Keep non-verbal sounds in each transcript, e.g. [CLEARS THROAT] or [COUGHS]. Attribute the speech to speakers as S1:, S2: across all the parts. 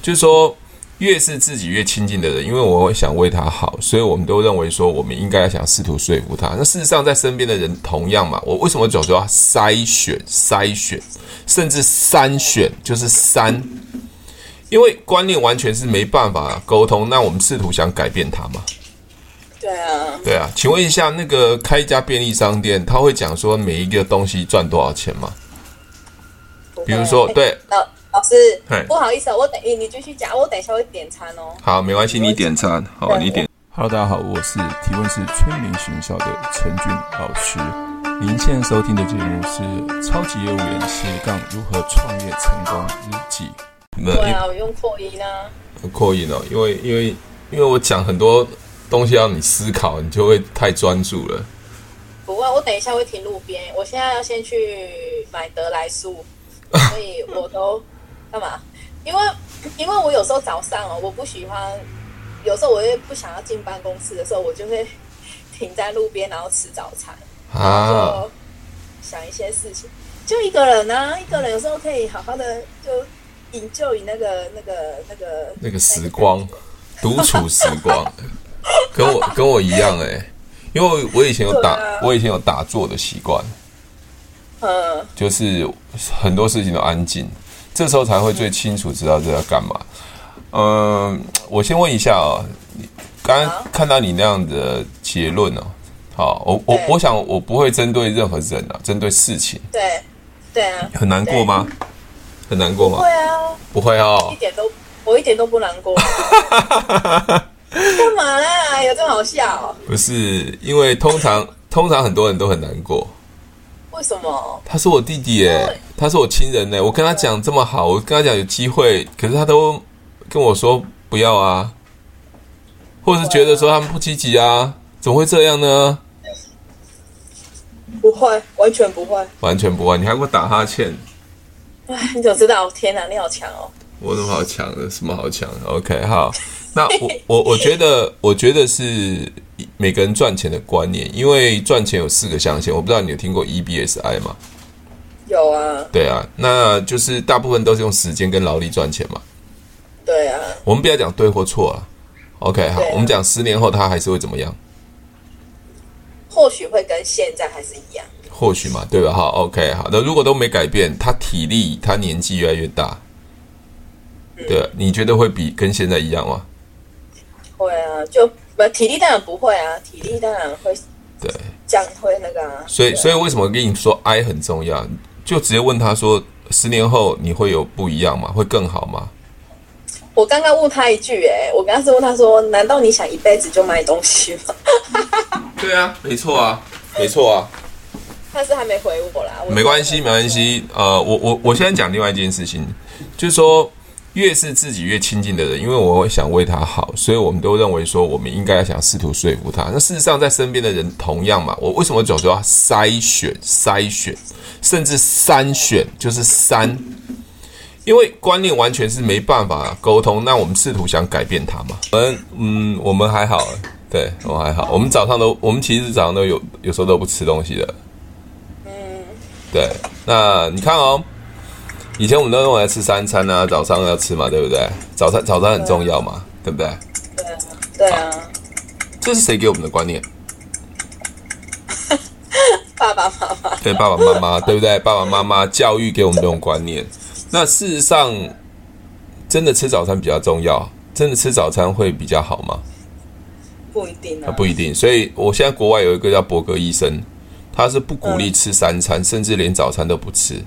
S1: 就是说越是自己越亲近的人，因为我想为他好，所以我们都认为说我们应该想试图说服他。那事实上，在身边的人同样嘛，我为什么总说要筛选、筛选，甚至三选，就是三。因为观念完全是没办法沟通，那我们试图想改变它嘛？
S2: 对啊，
S1: 对啊，请问一下，那个开一家便利商店，他会讲说每一个东西赚多少钱吗？
S2: 不会
S1: 比如说，
S2: 哎
S1: 对，
S2: 老老师
S1: 嗨，
S2: 不好意思啊，我等你你继续讲，我等一下会点餐哦。
S1: 好，没关系，你点餐，好，你点。Hello，大家好，我是提问是村民学校的陈俊老师。您现在收听的节目是《超级业务员斜杠如何创业成功日记》。那
S2: 对啊，我用扩音啊。
S1: 很扩音哦，因为因为因为我讲很多东西要你思考，你就会太专注了。
S2: 不会，我等一下会停路边。我现在要先去买得来
S1: [LAUGHS]
S2: 速，所以我都干嘛？因为因为我有时候早上哦，我不喜欢，有时候我也不想要进办公室的时候，我就会 [LAUGHS] 停在路边，然后吃早餐，
S1: 啊，
S2: 就想一些事情。就一个人啊，一个人有时候可以好好的就引就以那个那个那个
S1: 那个时光，独处时光，跟我跟我一样哎、因为我以前有打
S2: 对啊，
S1: 我以前有打坐的习惯，
S2: 嗯，
S1: 就是很多事情都安静，这时候才会最清楚知道这要干嘛。嗯，我先问一下哦，你刚刚
S2: 好
S1: 看到你那样的结论哦，好，我我
S2: 对
S1: 我想我不会针对任何人啊，针对事情，
S2: 对对啊，
S1: 很难过吗？很难过吗
S2: 对？啊，
S1: 不会哦
S2: 一，点都我一点都不难
S1: [LAUGHS]
S2: 过。干嘛啦？有这么好笑、
S1: 不是，因为通常通常很多人都很难过。
S2: 为什么？
S1: 他是我弟弟耶
S2: 对，
S1: 他是我亲人呢。我跟他讲这么好，我跟他讲有机会，可是他都跟我说不要啊，或者是觉得说他们不积极啊，怎么会这样呢？
S2: 不会，完全不会。
S1: 完全不会，你还给我打哈欠，
S2: 哎，你怎么知道？天哪，你好强哦！
S1: 我怎么好强的？什么好强的？OK，好，那我我我觉得，我觉得是每个人赚钱的观念，因为赚钱有四个象限，我不知道你有听过 E EBSI 吗？
S2: 有啊，
S1: 对啊，那就是大部分都是用时间跟劳力赚钱嘛。
S2: 对啊，
S1: 我们不要讲对或错了。OK，好
S2: 对啊，
S1: 我们讲十年后他还是会怎么样？
S2: 或许会跟现在还是一样。
S1: 或许嘛，对吧？好，OK，好。那如果都没改变，他体力，他年纪越来越大，
S2: 嗯
S1: 对，啊你觉得会比跟现在一样吗？
S2: 会啊，就不体力当然不会啊，体力当然会
S1: 对，
S2: 降，会那个啊。
S1: 所以，
S2: 对啊
S1: 所以为什么跟你说 I 很重要？就直接问他说，十年后你会有不一样吗？会更好吗？
S2: 我刚刚问他一句、哎，我刚刚是问他说：“难道你想一辈子就卖东西吗 [LAUGHS]
S1: 对啊，没错啊，没错啊。？”
S2: 但是还没回我啦。我
S1: 没关系，没关。系。呃，我我我现在讲另外一件事情，就是说，越是自己越亲近的人，因为我想为他好，所以我们都认为说，我们应该想试图说服他。那事实上，在身边的人同样嘛，我为什么总说要筛选、筛选，甚至三选，就是三，因为观念完全是没办法沟通，那我们试图想改变它嘛。我们嗯，我们还好，对我们还好，我们早上都，我们其实早上都有有时候都不吃东西的。对，那你看哦，以前我们都用来吃三餐啊，早上要吃嘛，对不对？早餐早餐很重要嘛，对不对？
S2: 对啊，对啊，
S1: 这是谁给我们的观念？
S2: 爸爸妈妈。
S1: 对，爸爸妈妈，对不对？爸爸妈妈教育给我们这种观念。那事实上，真的吃早餐比较重要，真的吃早餐会比较好吗？
S2: 不一定啊，
S1: 啊，不一定。所以我现在国外有一个叫伯格医生，他是不鼓励吃三餐，甚至连早餐都不吃。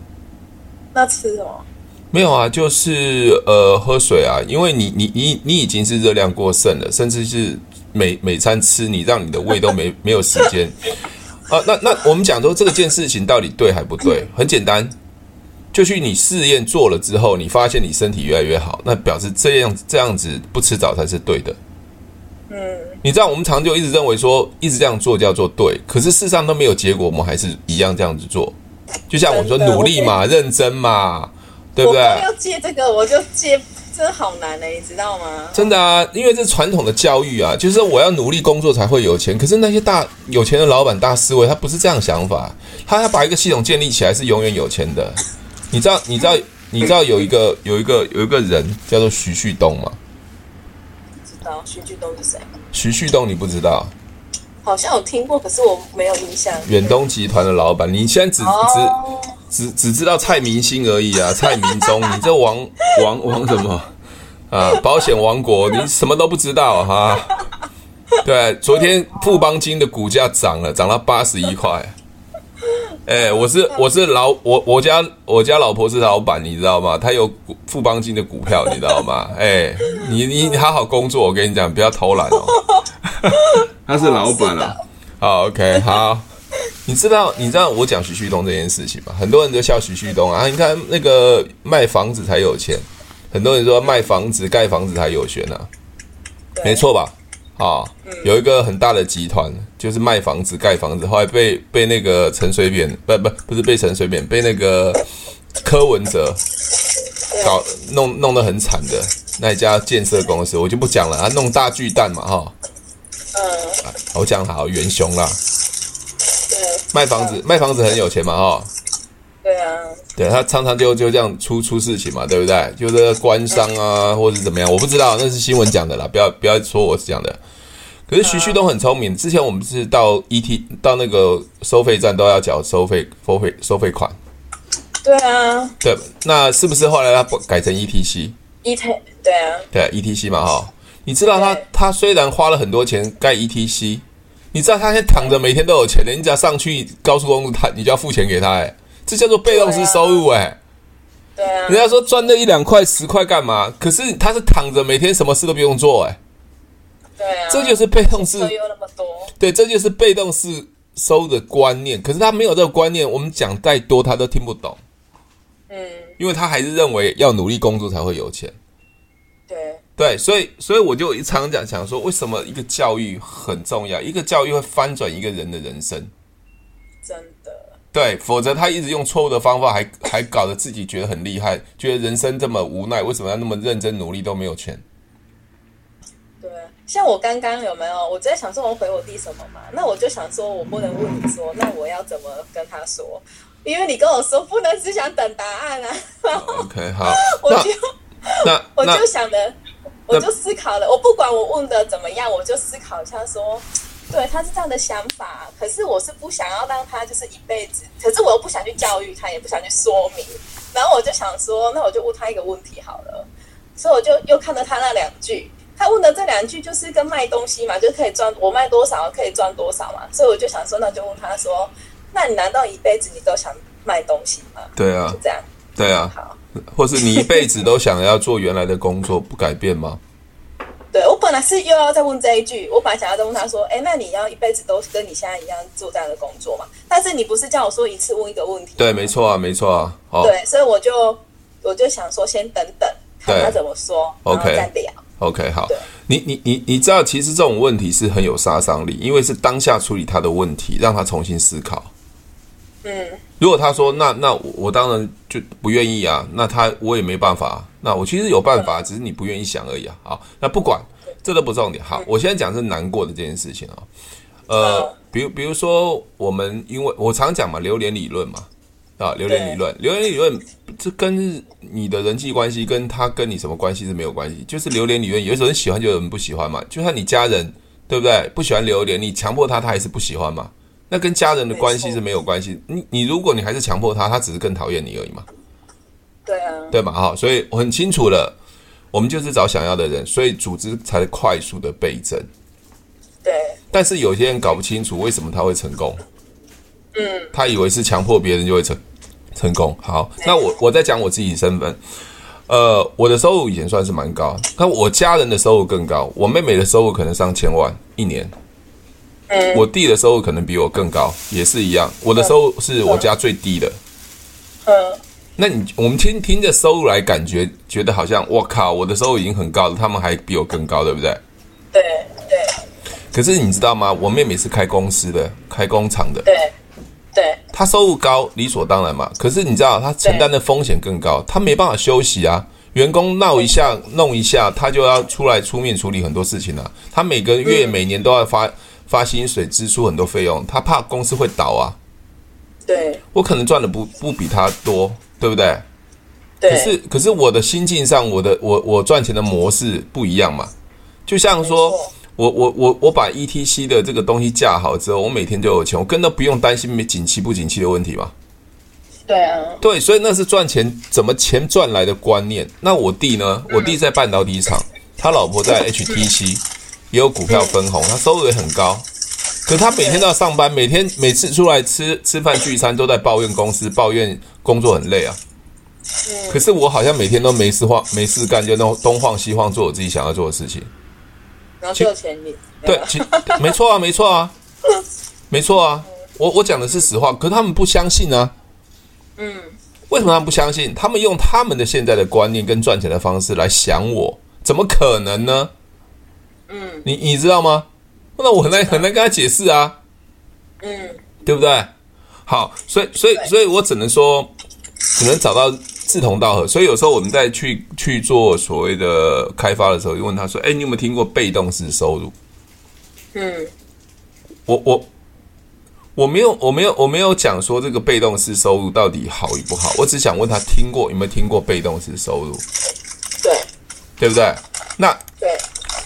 S2: 那吃什么？
S1: 没有啊，就是呃喝水啊，因为你你你你已经是热量过剩了，甚至是每每餐吃你让你的胃都没 [LAUGHS] 没有时间啊。那那我们讲说这件事情到底对还不
S2: [LAUGHS]
S1: 对？很简单，就去你试验做了之后，你发现你身体越来越好，那表示这样这样子不吃早餐是对的。
S2: 嗯，
S1: 你知道我们长久一直认为说一直这样做叫做对，可是事实上都没有结果，我们还是一样这样子做。就像我们说
S2: 真的
S1: 努力嘛，认真嘛，对不
S2: 我
S1: 对？
S2: 刚要借这个，我就借，真的好难欸呢、你知道吗？
S1: 真的啊，因为这传统的教育啊，就是我要努力工作才会有钱。可是那些大有钱的老板、大思维，他不是这样想法，他要把一个系统建立起来是永远有钱的。你知道，你知道你知道有一个有一个有一个人叫做徐旭东吗？
S2: 知道徐巨东是谁吗？
S1: 徐旭东你不知道，
S2: 好像有听过，可是我没有印象。
S1: 远东集团的老板，你现在只
S2: 哦，
S1: 只只只知道蔡明星而已啊， [LAUGHS] 蔡明忠，你这王王王什么啊？保险王国，你什么都不知道啊哈、对，啊昨天富邦金的股价涨了，涨到八十一块。哎，我是我是老我我家我家老婆是老板，你知道吗？她有股富邦金的股票，你知道吗？哎，你你你好好工作，我跟你讲，不要偷懒哦。 [LAUGHS] 他是老板啊。好，OK，好。你知道你知道我讲徐旭东这件事情吗？很多人都笑徐旭东啊，你看那个卖房子才有钱，很多人说卖房子盖房子才有钱啊，
S2: 对
S1: 没。错吧？啊、有一个很大的集团就是卖房子盖房子，后来被被那个陈水扁不不不是被陈水扁，被那个柯文哲搞弄弄得很惨的那一家建设公司，我就不讲了啊，弄大巨蛋嘛哈、
S2: 嗯，
S1: 我讲好元雄啦，
S2: 对
S1: 卖房子卖房子很有钱嘛哈、
S2: 对啊，
S1: 对他常常就就这样出出事情嘛，对不对？就是官商啊，或者是怎么样，我不知道，那是新闻讲的啦，不要不要说我是讲的。可是徐旭东很聪明，之前我们是到 ET 到那个收费站都要缴收费收费收费款，
S2: 对啊，
S1: 对，那是不是后来他不改成 ETC？
S2: 一台对啊，
S1: 对，ETC 嘛哈，你知道他
S2: 对
S1: 他虽然花了很多钱盖 ETC，你知道他现在躺着每天都有钱的，你只要上去高速公路，他你就要付钱给他，哎，这叫做被动式收入，哎。
S2: 对啊，
S1: 人家说赚那一两块、十块干嘛？可是他是躺着，每天什么事都不用做、哎，
S2: 对啊，
S1: 这就是被动式
S2: 都，有那么多，
S1: 对，这就是被动式收的观念。可是他没有这个观念，我们讲再多他都听不懂，
S2: 嗯，
S1: 因为他还是认为要努力工作才会有钱。
S2: 对，
S1: 对，所以所以我就常常讲讲说，为什么一个教育很重要？一个教育会翻转一个人的人生，
S2: 真的，
S1: 对，否则他一直用错误的方法还，还搞得自己觉得很厉害，觉得人生这么无奈，为什么要那么认真努力都没
S2: [LAUGHS]
S1: 有钱？
S2: 对。像我刚刚有没有？我在想说，我回我弟什么嘛？那我就想说，我不能问你说，那我要怎么跟他说？因为你跟我说不能只想等答案啊，
S1: 哦 OK，好，
S2: 我
S1: 那
S2: 就
S1: 那
S2: 我
S1: 那
S2: 就想的，我就思考了，我不管我问的怎么样，我就思考一下说，对，他是这样的想法，可是我是不想要让他就是一辈子，可是我又不想去教育他，也不想去说明，然后我就想说，那我就问他一个问题好了，所以我就又看到他那两句。他问的这两句就是跟卖东西嘛，就可以赚我卖多少可以赚多少嘛，所以我就想说，那就问他说，那你难道一辈子你都想卖东西吗？
S1: 对啊
S2: 就，这样，
S1: 对啊，
S2: 好，
S1: 或是你一辈子都想要做原来的工作，不改变吗？
S2: 对我本来是又要再问这一句，我本来想要再问他说，哎，那你要一辈子都跟你现在一样做这样的工作嘛？但是你不是叫我说一次问一个问题？
S1: 对，没错啊，没错啊。好
S2: 对，所以我就我就想说先等等，看他
S1: 对
S2: 怎么说，然
S1: OK
S2: 后再聊。
S1: ，OK，好
S2: 对。
S1: 你你你你知道，其实这种问题是很有杀伤力，因为是当下处理他的问题，让他重新思考。
S2: 嗯，
S1: 如果他说那那我我当然就不愿意啊，那他我也没办法、啊。那我其实有办
S2: 嗯
S1: 法，只是你不愿意想而已啊。好，那不管，这都不重点。好，我现在讲是难过的这件事情啊。呃
S2: 嗯，
S1: 比如比如说我们因为我常讲嘛，榴莲理论嘛，啊，榴莲理论，榴莲理论这跟你的人际关系跟他跟你什么关系是没有关系，就是榴莲理论，有一种人喜欢，就有人不喜欢嘛。就像你家人对不对？不喜欢榴莲，你强迫他，他还是不喜欢嘛。那跟家人的关系
S2: 没错
S1: 是没有关系。你你如果你还是强迫他，他只是更讨厌你而已嘛，
S2: 对啊，
S1: 对嘛？哈，所以我很清楚了，我们就是找想要的人，所以组织才快速的倍增。
S2: 对
S1: 但是有些人搞不清楚为什么他会成功，嗯，他以为是强迫别人就会成成功。好，那我我再讲我自己身份，呃，我的收入以前算是蛮高，那我家人的收入更高，我妹妹的收入可能上千万一年，
S2: 嗯
S1: 我弟的收入可能比我更高，也是一样，我的收入是我家最低的。
S2: 嗯，
S1: 那你我们听听着收入来感觉，觉得好像我靠，我的收入已经很高了，他们还比我更高，对不对？
S2: 对对
S1: 可是你知道吗？我妹妹是开公司的，开工厂的，
S2: 对对
S1: 他收入高，理所当然嘛。可是你知道，他承担的风险更高，他没办法休息啊。员工闹一下、弄一下，他就要出来出面处理很多事情啊。他每个
S2: 嗯
S1: 月、每年都要发发薪水，支出很多费用，他怕公司会倒啊。
S2: 对
S1: 我可能赚的不不比他多，对不对？可是
S2: 对，
S1: 可是我的心境上，我的我我赚钱的模式不一样嘛。就像说
S2: 没错
S1: 我我我我把 ETC 的这个东西架好之后，我每天就有钱，我根本不用担心没景气不景气的问题嘛。
S2: 对啊，
S1: 对，所以那是赚钱怎么钱赚来的观念。那我弟呢？我弟在半导体厂，他老婆在 HTC 也有股票分红，他收入也很高。可他每天都要上班，每天每次出来吃吃饭聚餐都在抱怨公司，抱怨工作很累啊。可是我好像每天都没事晃没事干，就东东晃西晃做我自己想要做的事情。
S2: 然后就有钱你
S1: 对，其 [LAUGHS] 没错啊，没错啊，没错啊。我我讲的是实话，可他们不相信啊。
S2: 嗯，
S1: 为什么他们不相信？他们用他们的现在的观念跟赚钱的方式来想我，怎么可能呢？
S2: 嗯
S1: 你你知道吗？那我很难很难跟他解释啊，
S2: 嗯，
S1: 对不对？好，所以所以所以我只能说，只能找到志同道合。所以有时候我们在去去做所谓的开发的时候，就问他说：“哎，你有没有听过被动式收入？”
S2: 嗯
S1: 我我我没有我没有我没有讲说这个被动式收入到底好与不好，我只想问他听过有没有听过被动式收入，
S2: 对
S1: 对不对？那
S2: 对，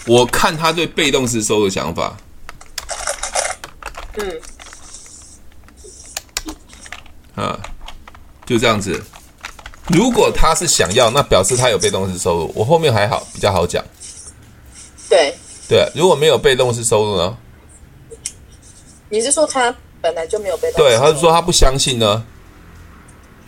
S1: 我看他对被动式收入的想法，
S2: 嗯
S1: 啊，就这样子。如果他是想要，那表示他有被动式收入。我后面还好，比较好讲。
S2: 对，
S1: 对，如果没有被动式收入呢？
S2: 你是说他本来就没有被动收入？
S1: 对，他就说他不相信呢。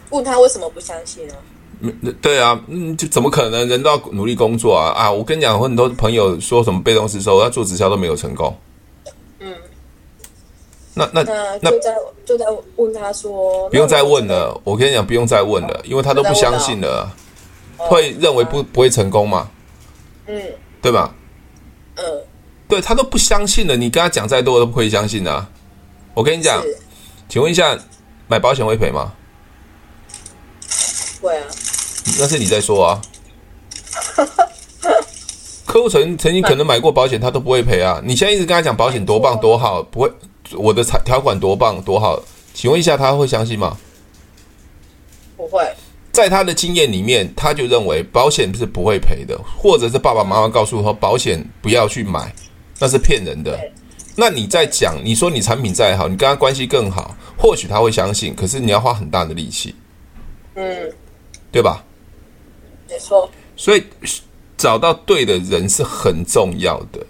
S2: 问他为什么不相信呢？
S1: 嗯对啊，嗯，就怎么可能？人都要努力工作啊！啊，我跟你讲，很多朋友说什么被动式收入，他做直销都没有成功。
S2: 嗯，
S1: 那那
S2: 那
S1: 那
S2: 就在就在问他说，
S1: 不用再问了，我跟你讲，不用再问
S2: 哦
S1: 了，因为他都不相信了，
S2: 那我，
S1: 会认为
S2: 哦
S1: 不不会成功嘛，
S2: 嗯
S1: 对吧？
S2: 嗯，
S1: 对他都不相信了，你跟他讲再多都不会相信的啊。我跟你讲，
S2: 是
S1: 请问一下，买保险会赔吗？
S2: 会啊，
S1: 那是你在说啊。 [LAUGHS] 客户曾曾经可能买过保险，他都不会赔啊。你现在一直跟他讲保险多棒多好，不会我的条条款多棒多好，请问一下他会相信吗？
S2: 不会，
S1: 在他的经验里面，他就认为保险是不会赔的，或者是爸爸妈妈告诉他保险不要去买，那是骗人的
S2: 对。
S1: 那你在讲，你说你产品再好，你跟他关系更好，或许他会相信，可是你要花很大的力气，
S2: 嗯，
S1: 对吧？
S2: 没错，
S1: 所以找到对的人是很重要的。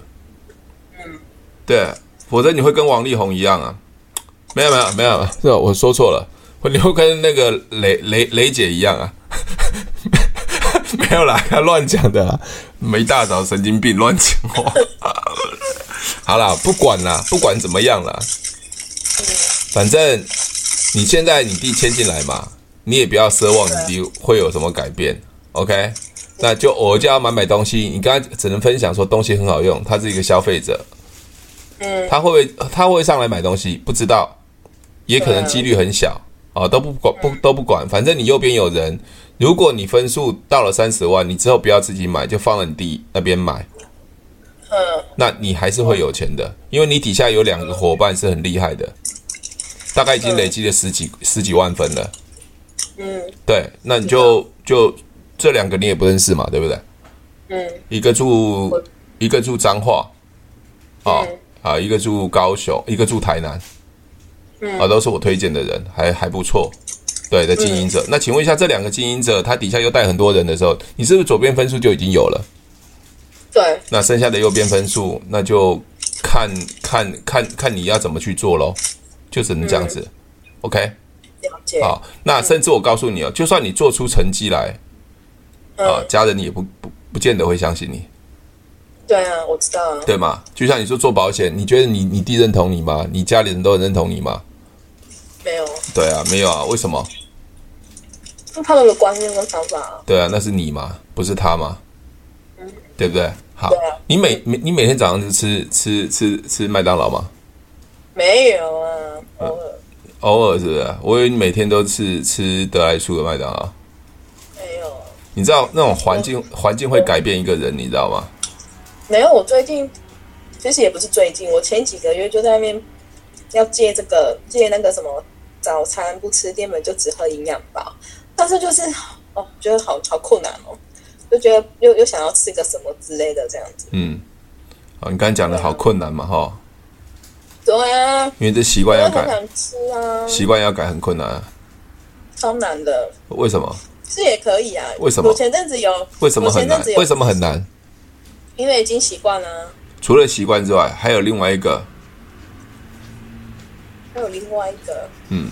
S1: 对，否则你会跟王力宏一样啊。没有没有没有，是哦我说错了，你会跟那个雷雷雷姐一样啊。 [LAUGHS] 没有啦，他乱讲的啦，没大脑神经病乱讲话。好啦，不管啦，不管怎么样啦，反正你现在你弟迁进来嘛，你也不要奢望你弟会有什么改变，OK？那就我叫他买买东西，你刚才只能分享说东西很好用，他是一个消费者，
S2: 嗯，
S1: 他会不会他会不会上来买东西？不知道，也可能几率很小啊，都不管不都不管，反正你右边有人。如果你分数到了三十万，你之后不要自己买，就放了你弟那边买，
S2: 嗯，
S1: 那你还是会有钱的，因为你底下有两个伙伴是很厉害的，大概已经累积了十几十几万分了。
S2: 嗯
S1: 对，那你就就这两个你也不认识嘛，对不对？
S2: 嗯
S1: 一个住
S2: 我
S1: 一个住彰化，啊、
S2: 嗯
S1: 啊，一个住高雄，一个住台南，
S2: 嗯
S1: 啊，都是我推荐的人，还还不错，对的经营者。那请问一下，这两个经营者他底下又带很多人的时候，你是不是左边分数就已经有了？
S2: 对，
S1: 那剩下的右边分数，那就看看看看你要怎么去做喽，就只能这样子。OK，
S2: 嗯了解，
S1: 好，那甚至我告诉你哦，就算你做出成绩来，啊，
S2: 嗯，
S1: 家人也不不不见得会相信你，
S2: 对啊，我知道啊，
S1: 对吗？就像你说做保险，你觉得你你弟认同你吗？你家里人都很认同你吗？
S2: 没有，
S1: 对啊，没有啊，为什么？
S2: 就他们的观念跟想法啊，
S1: 对啊，那是你嘛，不是他嘛，对不对？好
S2: 嗯对啊，
S1: 你每每你每天早上就吃吃吃吃麦当劳吗？
S2: 没有啊，
S1: 嗯
S2: 偶尔
S1: 偶尔是不是？我以为你每天都是吃得来速的麦当劳。
S2: 没有啊，
S1: 你知道那种环境
S2: 嗯
S1: 环境会改变一个人，你知道吗？
S2: 没有，我最近其实也不是最近，我前几个月就在那边要戒这个戒那个什么早餐不吃淀粉，就只喝营养包，但是就是哦，觉得好好困难哦，就觉得又又想要吃个什么之类的这样子。
S1: 嗯，好，你刚才讲的好困难嘛哈，
S2: 对啊，
S1: 因为这习惯
S2: 我
S1: 要
S2: 很
S1: 改，
S2: 想吃啊，
S1: 习惯要改很困难啊，
S2: 超难的。
S1: 为什么？
S2: 是也可以啊，
S1: 为什么
S2: 我前阵子有，
S1: 为什么很难
S2: 我前阵子？有
S1: 为什么很难？
S2: 因为已经习惯了。啊
S1: 除了习惯之外，还有另外一个，
S2: 还有另外一个，
S1: 嗯，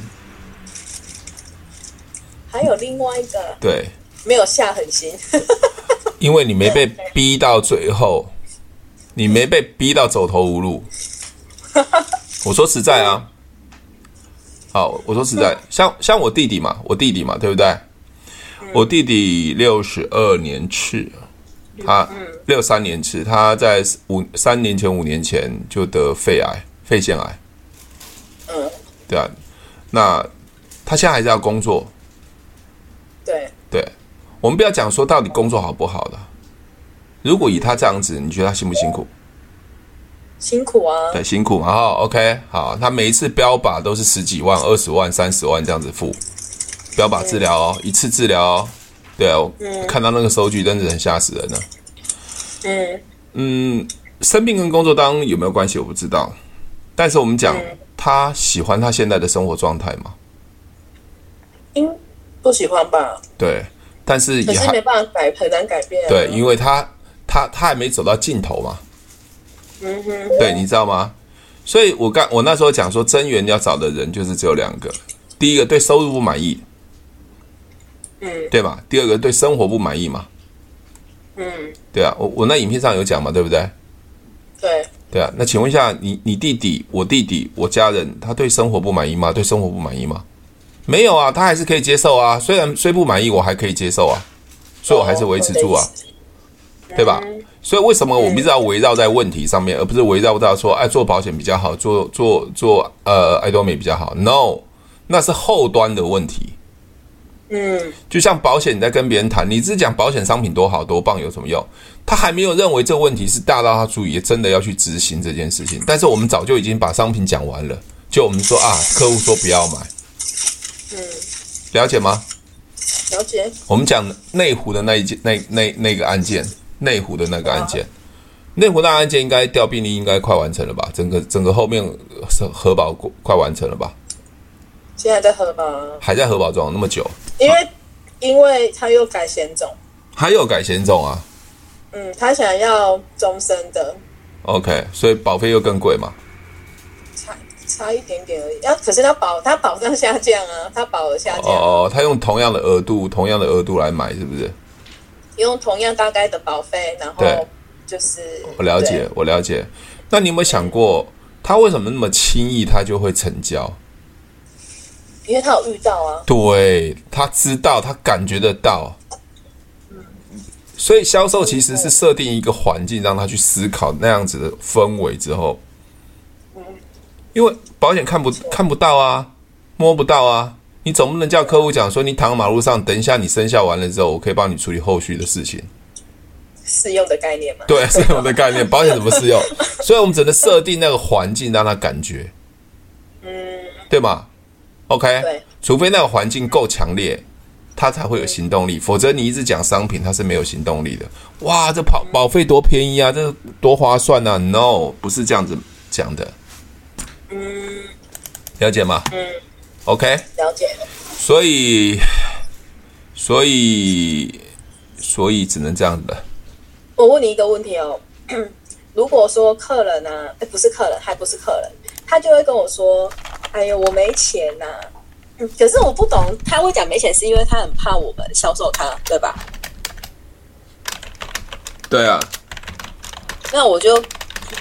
S2: 还有另外一个
S1: 对，
S2: 没有下狠心，
S1: 因为你没被逼到最后，你没被逼到走投无路。我说实在啊，好，我说实在，像像我弟弟嘛，我弟弟嘛，对不对？我弟弟六十二年次，他六三年次，他在五三年前、五年前就得肺癌、肺腺癌，
S2: 嗯，
S1: 对啊。那他现在还是要工作，
S2: 对，
S1: 对，我们不要讲说到底工作好不好了。如果以他这样子，你觉得他辛不辛苦？
S2: 辛苦啊，
S1: 对，辛苦嘛。哦，OK，好，他每一次标靶都是十几万、二十万、三十万这样子付，标靶治疗哦，一次治疗哦。对啊，我看到那个收据真是很吓死人了。
S2: 嗯，
S1: 嗯，生病跟工作当然有没有关系我不知道，但是我们讲他喜欢他现在的生活状态嘛？
S2: 因不喜欢吧，
S1: 对，但是
S2: 可
S1: 也
S2: 是
S1: 还
S2: 没办法改，很难改变、啊。
S1: 对，因为他他他还没走到尽头嘛。
S2: 嗯哼，
S1: 对，你知道吗？所以我刚我那时候讲说，增援要找的人就是只有两个，第一个对收入不满意，
S2: 嗯
S1: 对吧？第二个对生活不满意嘛，
S2: 嗯，
S1: 对啊，我我那影片上有讲嘛，对不对？
S2: 对，
S1: 对啊，那请问一下，你你弟弟、我弟弟、我家人，他对生活不满意吗？对生活不满意吗？没有啊，他还是可以接受啊，虽然虽不满意，我还可以接受啊，所以我还是维持住啊
S2: 哦。，
S1: 对吧？所以为什么我们一直要围绕在问题上面，而不是围绕到说，哎，做保险比较好，做做做呃爱多美比较好？No，那是后端的问题。
S2: 嗯，
S1: 就像保险，你在跟别人谈，你只讲保险商品多好多棒有什么用？他还没有认为这问题是大到他注意，真的要去执行这件事情。但是我们早就已经把商品讲完了，就我们说啊，客户说不要买，
S2: 嗯，
S1: 了解吗？
S2: 了解，
S1: 我们讲内湖的那一件，那那那个案件，内湖的那个案件，内湖那案件应该调病例应该快完成了吧？整个整个后面核核保快完成了吧？
S2: 现在在喝吧，
S1: 还在核保中那么久，
S2: 因为因为他又改险种，
S1: 还有改险种啊
S2: 嗯，他想要终身的，
S1: ？OK，所以保费又更贵嘛？
S2: 差差一点点而已。啊，可是他保他保障下降啊，他保额下降，
S1: 哦哦，他用同样的额度，同样的额度来买，是不是？
S2: 用同样大概的保费，然
S1: 对
S2: 后就是
S1: 我了解，我了解。那你有没有想过，他为什么那么轻易他就会成交？
S2: 对，因为他有遇到啊，
S1: 对他知道，他感觉得到。所以销售其实是设定一个环境，让他去思考那样子的氛围之后，因为保险看不看不到啊，摸不到啊，你总不能叫客户讲说你躺马路上，等一下你生效完了之后，我可以帮你处理后续的事情。
S2: 适用的概念嘛，
S1: 对，啊是我的概念，保险怎么适
S2: [LAUGHS]
S1: 用？所以我们只能设定那个环境，让他感觉，
S2: 嗯，
S1: 对吗？OK，
S2: 对，
S1: 除非那个环境够强烈，他才会有行动力，否则你一直讲商品，他是没有行动力的。哇，这保保费多便宜啊，这多划算啊！No，不是这样子讲的，
S2: 嗯
S1: 了解吗？嗯，OK，
S2: 了解了，
S1: 所以，所以，所以只能这样的。
S2: 我问你一个问题哦， [CLEARS THROAT] 如果说客人啊，诶不是客人，还不是客人，他就会跟我说：“哎呦，我没钱呐、嗯可是我不懂，他会讲没钱是因为他很怕我们销售他，对吧？
S1: 对啊，
S2: 那我就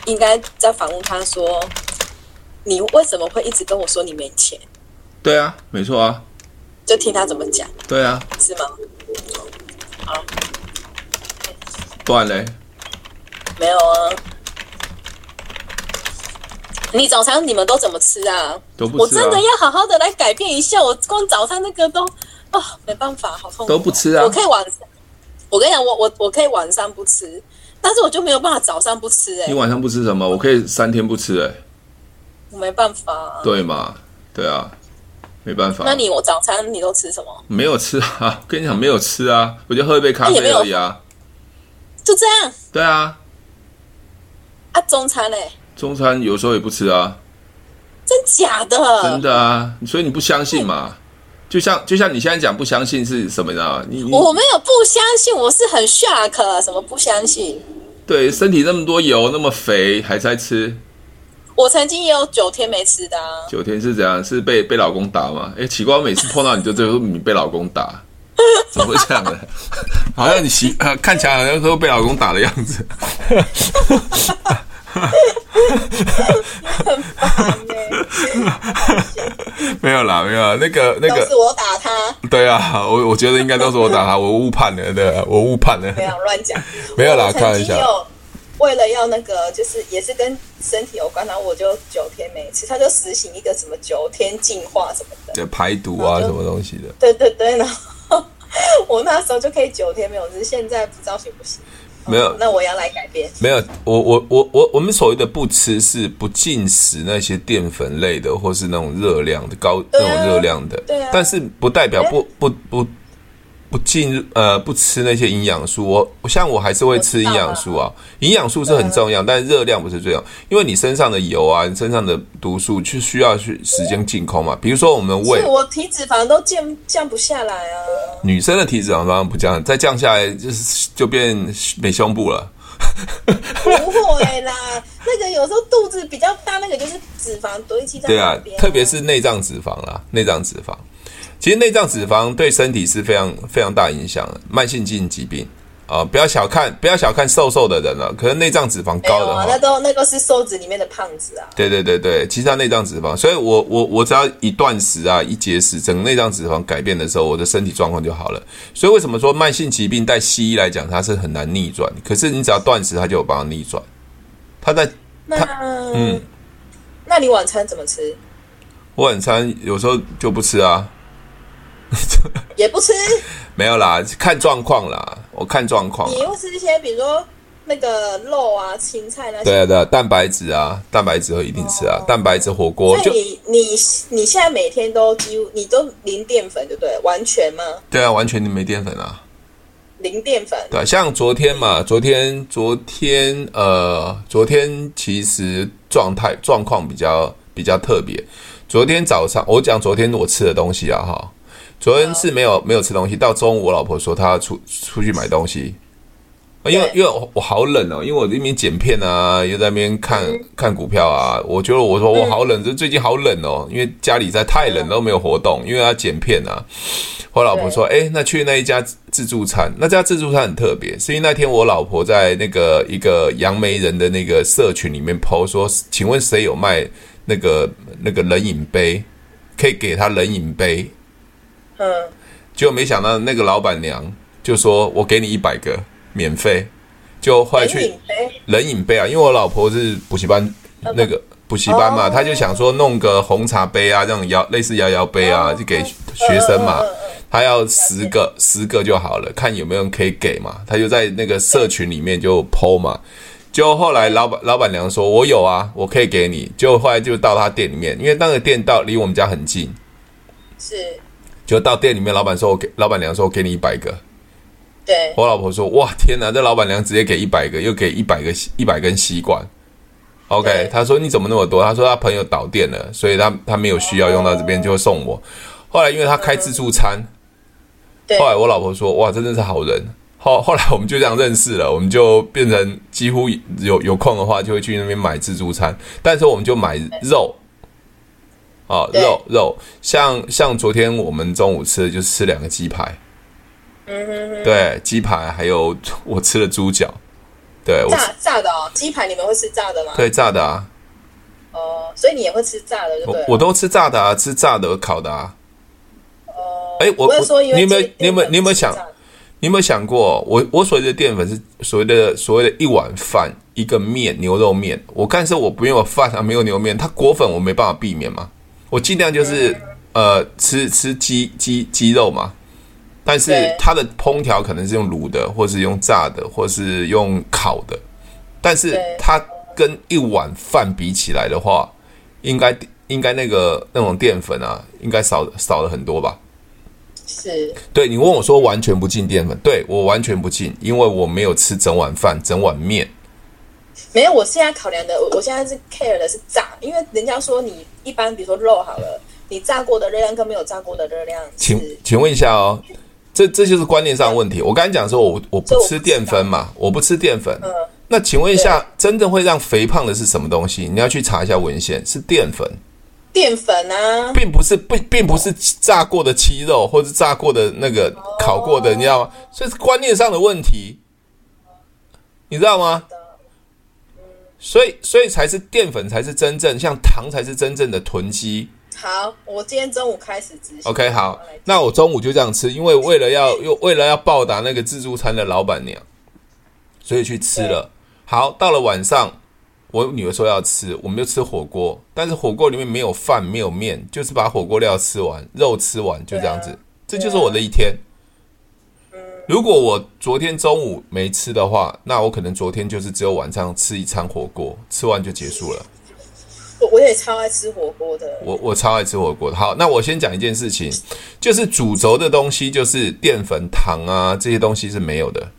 S2: 应该再反问他说：“你为什么会一直跟我说你没钱
S1: 对啊，没错啊，？”
S2: 就听他怎么讲，
S1: 对啊，
S2: 是吗？
S1: 不然嘞，
S2: 没有啊。你早餐你们都怎么吃啊？
S1: 都不
S2: 我
S1: 吃啊
S2: 真的要好好的来改变一下，我光早餐那个都哦，没办法，好痛苦哦、
S1: 都不吃啊
S2: 我可以晚上，我跟你讲，我我我可以晚上不吃，但是我就没有办法早上不吃、欸，
S1: 你
S2: 哎，
S1: 晚上不吃什么？我可以三天不吃、欸，
S2: 我没办法啊、
S1: 对嘛？对啊，没办法，
S2: 那你我早餐你都吃什么？
S1: 没有吃啊， [LAUGHS] 跟你讲没有吃啊，我就喝一杯咖
S2: 那也没
S1: 啡
S2: 有
S1: 而已啊。
S2: 就这样
S1: 对啊，
S2: 啊？中餐嘞？
S1: 中餐有时候也不吃啊，
S2: 真假的？
S1: 真的啊，所以你不相信嘛？就像就像你现在讲不相信是什么呢？你你
S2: 我没有不相信，我是很 shock，什么不相信？
S1: 对身体那么多油那么肥还在吃，
S2: 我曾经也有九天没吃的、啊，
S1: 九天是怎样？是被被老公打吗？哎、奇怪，我每次碰到你就就说你被老公
S2: [LAUGHS]
S1: 打，怎么会这样呢？ [LAUGHS] 好像你习、呃、看起来好像都被老公打的样子。 [LAUGHS]
S2: 很烦欸呢、
S1: 没有啦，没有啦，那个 [LAUGHS] 那
S2: 都
S1: 个
S2: 是，我打他，
S1: 对啊，我我觉得应该都是我打他，我误判了，对啊，我误判了
S2: 不。要乱讲。
S1: [LAUGHS] 没有啦
S2: 我曾经
S1: 开玩笑
S2: 有为了要那个，就是也是跟身体有关，然后我就九天没吃，他就实行一个什么九天净化什么的。
S1: 对排毒啊，什么东西的，
S2: 对对对，然后 [LAUGHS] 我那时候就可以九天没有吃，现在不知道行不行。
S1: 没有
S2: 哦那我要来改变。
S1: 没有。我我我我我们所谓的不吃是不进食那些淀粉类的，或是那种热量的高那
S2: 对啊
S1: 种热量的
S2: 对啊，哎
S1: 但是不代表不不不不进入呃不吃那些营养素。我我像我还是会吃营养素啊，营养素是很重
S2: 嗯
S1: 要，但热量不是最重要，因为你身上的油啊，你身上的毒素去需要去时间净空嘛。比如说我们胃
S2: 是，我体脂肪都降降不下
S1: [LAUGHS]
S2: 来啊，
S1: 女生的体脂肪当然不降，再降下来就是就变没胸部了。
S2: 不会啦，那个有时候肚子比较大，那个就是脂肪堆积
S1: [LAUGHS]
S2: 在
S1: 对
S2: 那
S1: 啊
S2: 边、，
S1: 特别是内脏脂肪啦，内脏脂肪，其实内脏脂肪对身体是非常非常大影响的，慢性性疾病啊、不要小看不要小看瘦瘦的人了，可能内脏脂肪
S2: 没有
S1: 高的话，，
S2: 啊那都那个是瘦子里面的胖子啊。
S1: 对对对对，其实它内脏脂肪，所以我我我只要一断食啊，一节食，整个内脏脂肪改变的时候，我的身体状况就好了。所以为什么说慢性疾病在西医来讲它是很难逆转，可是你只要断食，它就有办法逆转。它在
S2: 那嗯，那你晚餐怎么吃？
S1: 我晚餐有时候就不吃啊，
S2: 也不吃，
S1: 没有啦，看状况啦，我看状况啦。
S2: 你又吃一些比如说那个肉啊、青菜那些。
S1: 对啊，对啊，蛋白质啊，蛋白质会一定吃啊，蛋白质火锅
S2: 哦所
S1: 就
S2: 以你你你现在每天都几乎你都零淀粉，对不对？完全吗？
S1: 对啊，完全没淀粉啊。
S2: 零淀粉，
S1: 对啊、像昨天嘛，昨天昨天呃，昨天其实状态状况比较比较特别。昨天早上我讲昨天我吃的东西啊哈，昨天是没有没有吃东西，到中午我老婆说她要出出去买东西。呃因为因为我我好冷哦，因为我这边剪片啊，又在那边看看股票啊，我觉得我说我好冷，这最近好冷哦，因为家里实在太冷都没有活动，因为要剪片啊。我老婆说：“哎、那去那一家自助餐，那家自助餐很特别，是因为那天我老婆在那个一个杨梅人的那个社群里面 PO 说，请问谁有卖那个那个冷饮杯？可以给他冷饮杯。
S2: 嗯，
S1: 结果没想到那个老板娘就说：我给你一百个，免费。就后来
S2: 冷
S1: 去
S2: 饮杯，
S1: 冷饮杯啊，因为我老婆是补习班那个补习班嘛，
S2: 呃哦
S1: 她就想说弄个红茶杯啊，这种摇类似摇摇杯啊，
S2: 哦
S1: 就给学生嘛
S2: 嗯嗯嗯嗯。
S1: 她要十个，十个就好了，看有没有人可以给嘛。她就在那个社群里面就剖嘛。就后来老板老板娘说：“我有啊，我可以给你。”就后来就到她店里面，因为那个店到离我们家很近，
S2: 嗯是，
S1: 就到店里面，老板说：“我给老板娘说，我给你一百个。”
S2: 对，
S1: 我老婆说：“哇，天哪！这老板娘直接给一百个，又给一百个一百根吸管。
S2: 对
S1: ”OK，她说：“你怎么那么多？”她说：“她朋友倒店了，所以她她没有需要用到这边，就送我。”后来因为她开自助餐，
S2: 对
S1: 后，来我老婆说：“哇，真的是好人。”后后来我们就这样认识了，我们就变成几乎有有空的话就会去那边买自助餐，但是我们就买肉。哦，
S2: 对
S1: 肉肉，像像昨天我们中午吃的就吃两个鸡排，
S2: 嗯哼哼，
S1: 对，鸡排还有我吃的猪脚，对我
S2: 炸炸的哦，鸡排你们会吃炸的吗？
S1: 对炸的啊，
S2: 哦，所以你也会吃炸的，对不
S1: 我
S2: 对？
S1: 我都吃炸的啊，吃炸的烤的啊。
S2: 哦，
S1: 哎我
S2: 我有说因
S1: 你
S2: 为
S1: 有没有
S2: 这个
S1: 你有没有你有没有想
S2: 淀粉
S1: 你有没有想过，我我所谓的淀粉是所谓的所谓的一碗饭一个面牛肉面，我但是我不用饭啊，没有牛面，它裹粉我没办法避免嘛，我尽量就是
S2: 嗯
S1: 呃吃吃鸡鸡鸡肉嘛，但是
S2: 对
S1: 它的烹调可能是用卤的，或是用炸的，或是用烤的，但是
S2: 对
S1: 它跟一碗饭比起来的话，应该应该那个那种淀粉啊，应该少少了很多吧？
S2: 是
S1: 对你问我说完全不进淀粉，对我完全不进，因为我没有吃整碗饭、整碗面。
S2: 没有，我现在考量的，我我现在是 care 的是炸，因为人家说你一般，比如说肉好了，你炸过的热量跟没有炸过的热量是
S1: 请请问一下哦，这这就是观念上的问题。我刚才讲说我我不吃淀粉嘛，我不吃淀粉。
S2: 嗯
S1: 那请问一下，真正会让肥胖的是什么东西？你要去查一下文献，是淀粉，
S2: 淀粉啊，
S1: 并不是并并不是炸过的鸡肉或者炸过的那个烤过的，你知道吗？所以是观念上的问题，你知道吗？所以所以才是淀粉才是真正像糖才是真正的囤积。
S2: 好，我今天中午开始执行。
S1: OK，好
S2: 我来，
S1: 那我中午就这样吃，因为为了要又为了要报答那个自助餐的老板娘，所以去吃了。好，到了晚上，我女儿说要吃，我们就吃火锅，但是火锅里面没有饭，没有面，就是把火锅料吃完，肉吃完，就这样子。
S2: 对啊
S1: 这就是我的一天。如果我昨天中午没吃的话，那我可能昨天就是只有晚上吃一餐火锅，吃完就结束了。
S2: 我我也超爱吃火锅的，
S1: 我我超爱吃火锅的。好，那我先讲一件事情，就是主轴的东西，就是淀粉、糖啊这些东西是没有的，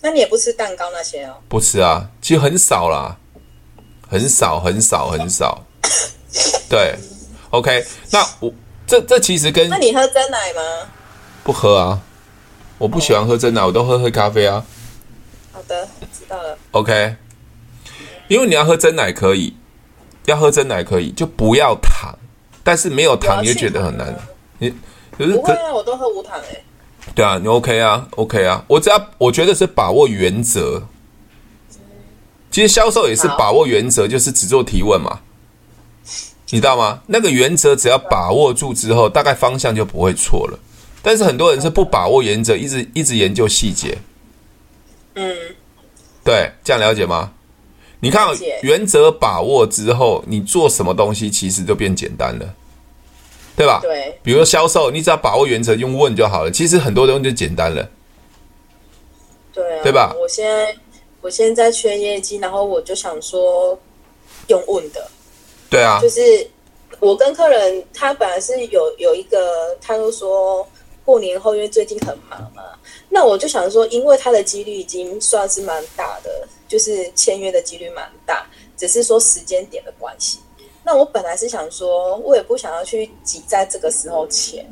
S2: 那你也不吃蛋糕那些哦？
S1: 不吃啊，其实很少啦，很少，很少，很少。对，OK，那我这这其实跟
S2: 那你喝真奶吗？
S1: 不喝啊，我不喜欢喝真奶，我都喝喝咖啡啊。
S2: 好的，知道了。
S1: OK，因为你要喝真奶可以，要喝真奶可以，就不要糖，但是没有糖
S2: 我要
S1: 你就觉
S2: 去
S1: 得很
S2: 糖
S1: 难
S2: 啊，
S1: 你就是
S2: 不
S1: 可
S2: 会啊，我都喝无糖诶、
S1: 对啊，你 OK 啊，OK 啊，我只要我觉得是把握原则。其实销售也是
S2: 好
S1: 把握原则，就是只做提问嘛，你知道吗？那个原则只要把握住之后，大概方向就不会错了。但是很多人是不把握原则，一直一直研究细节。
S2: 嗯，
S1: 对，这样了解吗？你看哦
S2: 了解
S1: 原则把握之后，你做什么东西其实就变简单了，对吧？
S2: 对，
S1: 比如说销售，你只要把握原则，用问就好了。其实很多东西就简单了。
S2: 对啊，
S1: 对吧
S2: 我现在我现在缺业绩，然后我就想说用问的，
S1: 对啊，
S2: 就是我跟客人，他本来是有有一个，他就说过年后因为最近很忙嘛，那我就想说，因为他的几率已经算是蛮大的，就是签约的几率蛮大，只是说时间点的关系。那我本来是想说，我也不想要去挤在这个时候签，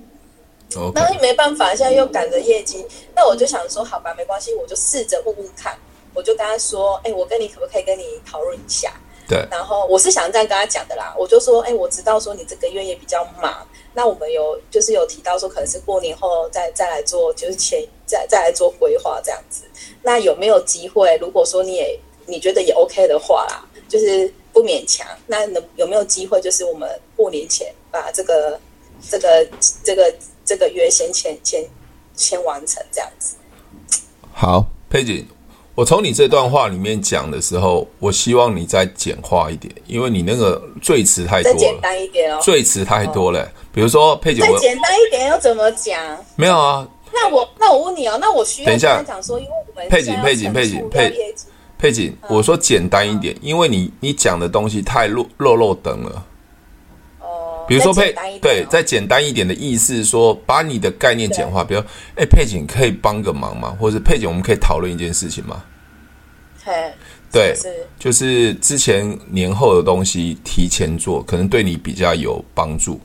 S1: OK，
S2: 那也没办法，现在又赶着业绩，那我就想说，好吧，没关系，我就试着问问看。我就跟他说，哎、我跟你可不可以跟你讨论一下？
S1: 对
S2: 然后我是想这样跟他讲的啦，我就说，哎、我知道说你这个月也比较忙，那我们有就是有提到说，可能是过年后再再来做，就是前再再来做规划这样子。那有没有机会？如果说你也你觉得也 OK 的话啦，就是不勉强，那能有没有机会？就是我们过年前把这个这个这个这个约先签签签完成这样子。
S1: 好，佩姐，我从你这段话里面讲的时候，我希望你再简化一点，因为你那个赘词太多
S2: 再简
S1: 了，
S2: 单一点哦，
S1: 赘词太多了。比如说，佩姐，
S2: 再
S1: 我
S2: 简单一点要怎么讲？
S1: 没有啊，
S2: 那我那我问你哦，那我需要
S1: 等一下
S2: 跟他讲说，因为我们
S1: 佩锦
S2: 现在要
S1: 佩锦佩锦
S2: 惩处
S1: 佩
S2: 要业绩
S1: 佩姐，
S2: 嗯
S1: 我说简单一点，因为你你讲的东西太落落落等了。
S2: 哦，
S1: 比如说佩
S2: 再简单一点
S1: 对，
S2: 哦
S1: 再简单一点的意思是说，把你的概念简化，比如，哎，佩姐你可以帮个忙吗？或者是佩姐，我们可以讨论一件事情吗？
S2: 嘿，
S1: 对，
S2: 是
S1: 就是之前年后的东西提前做，可能对你比较有帮助。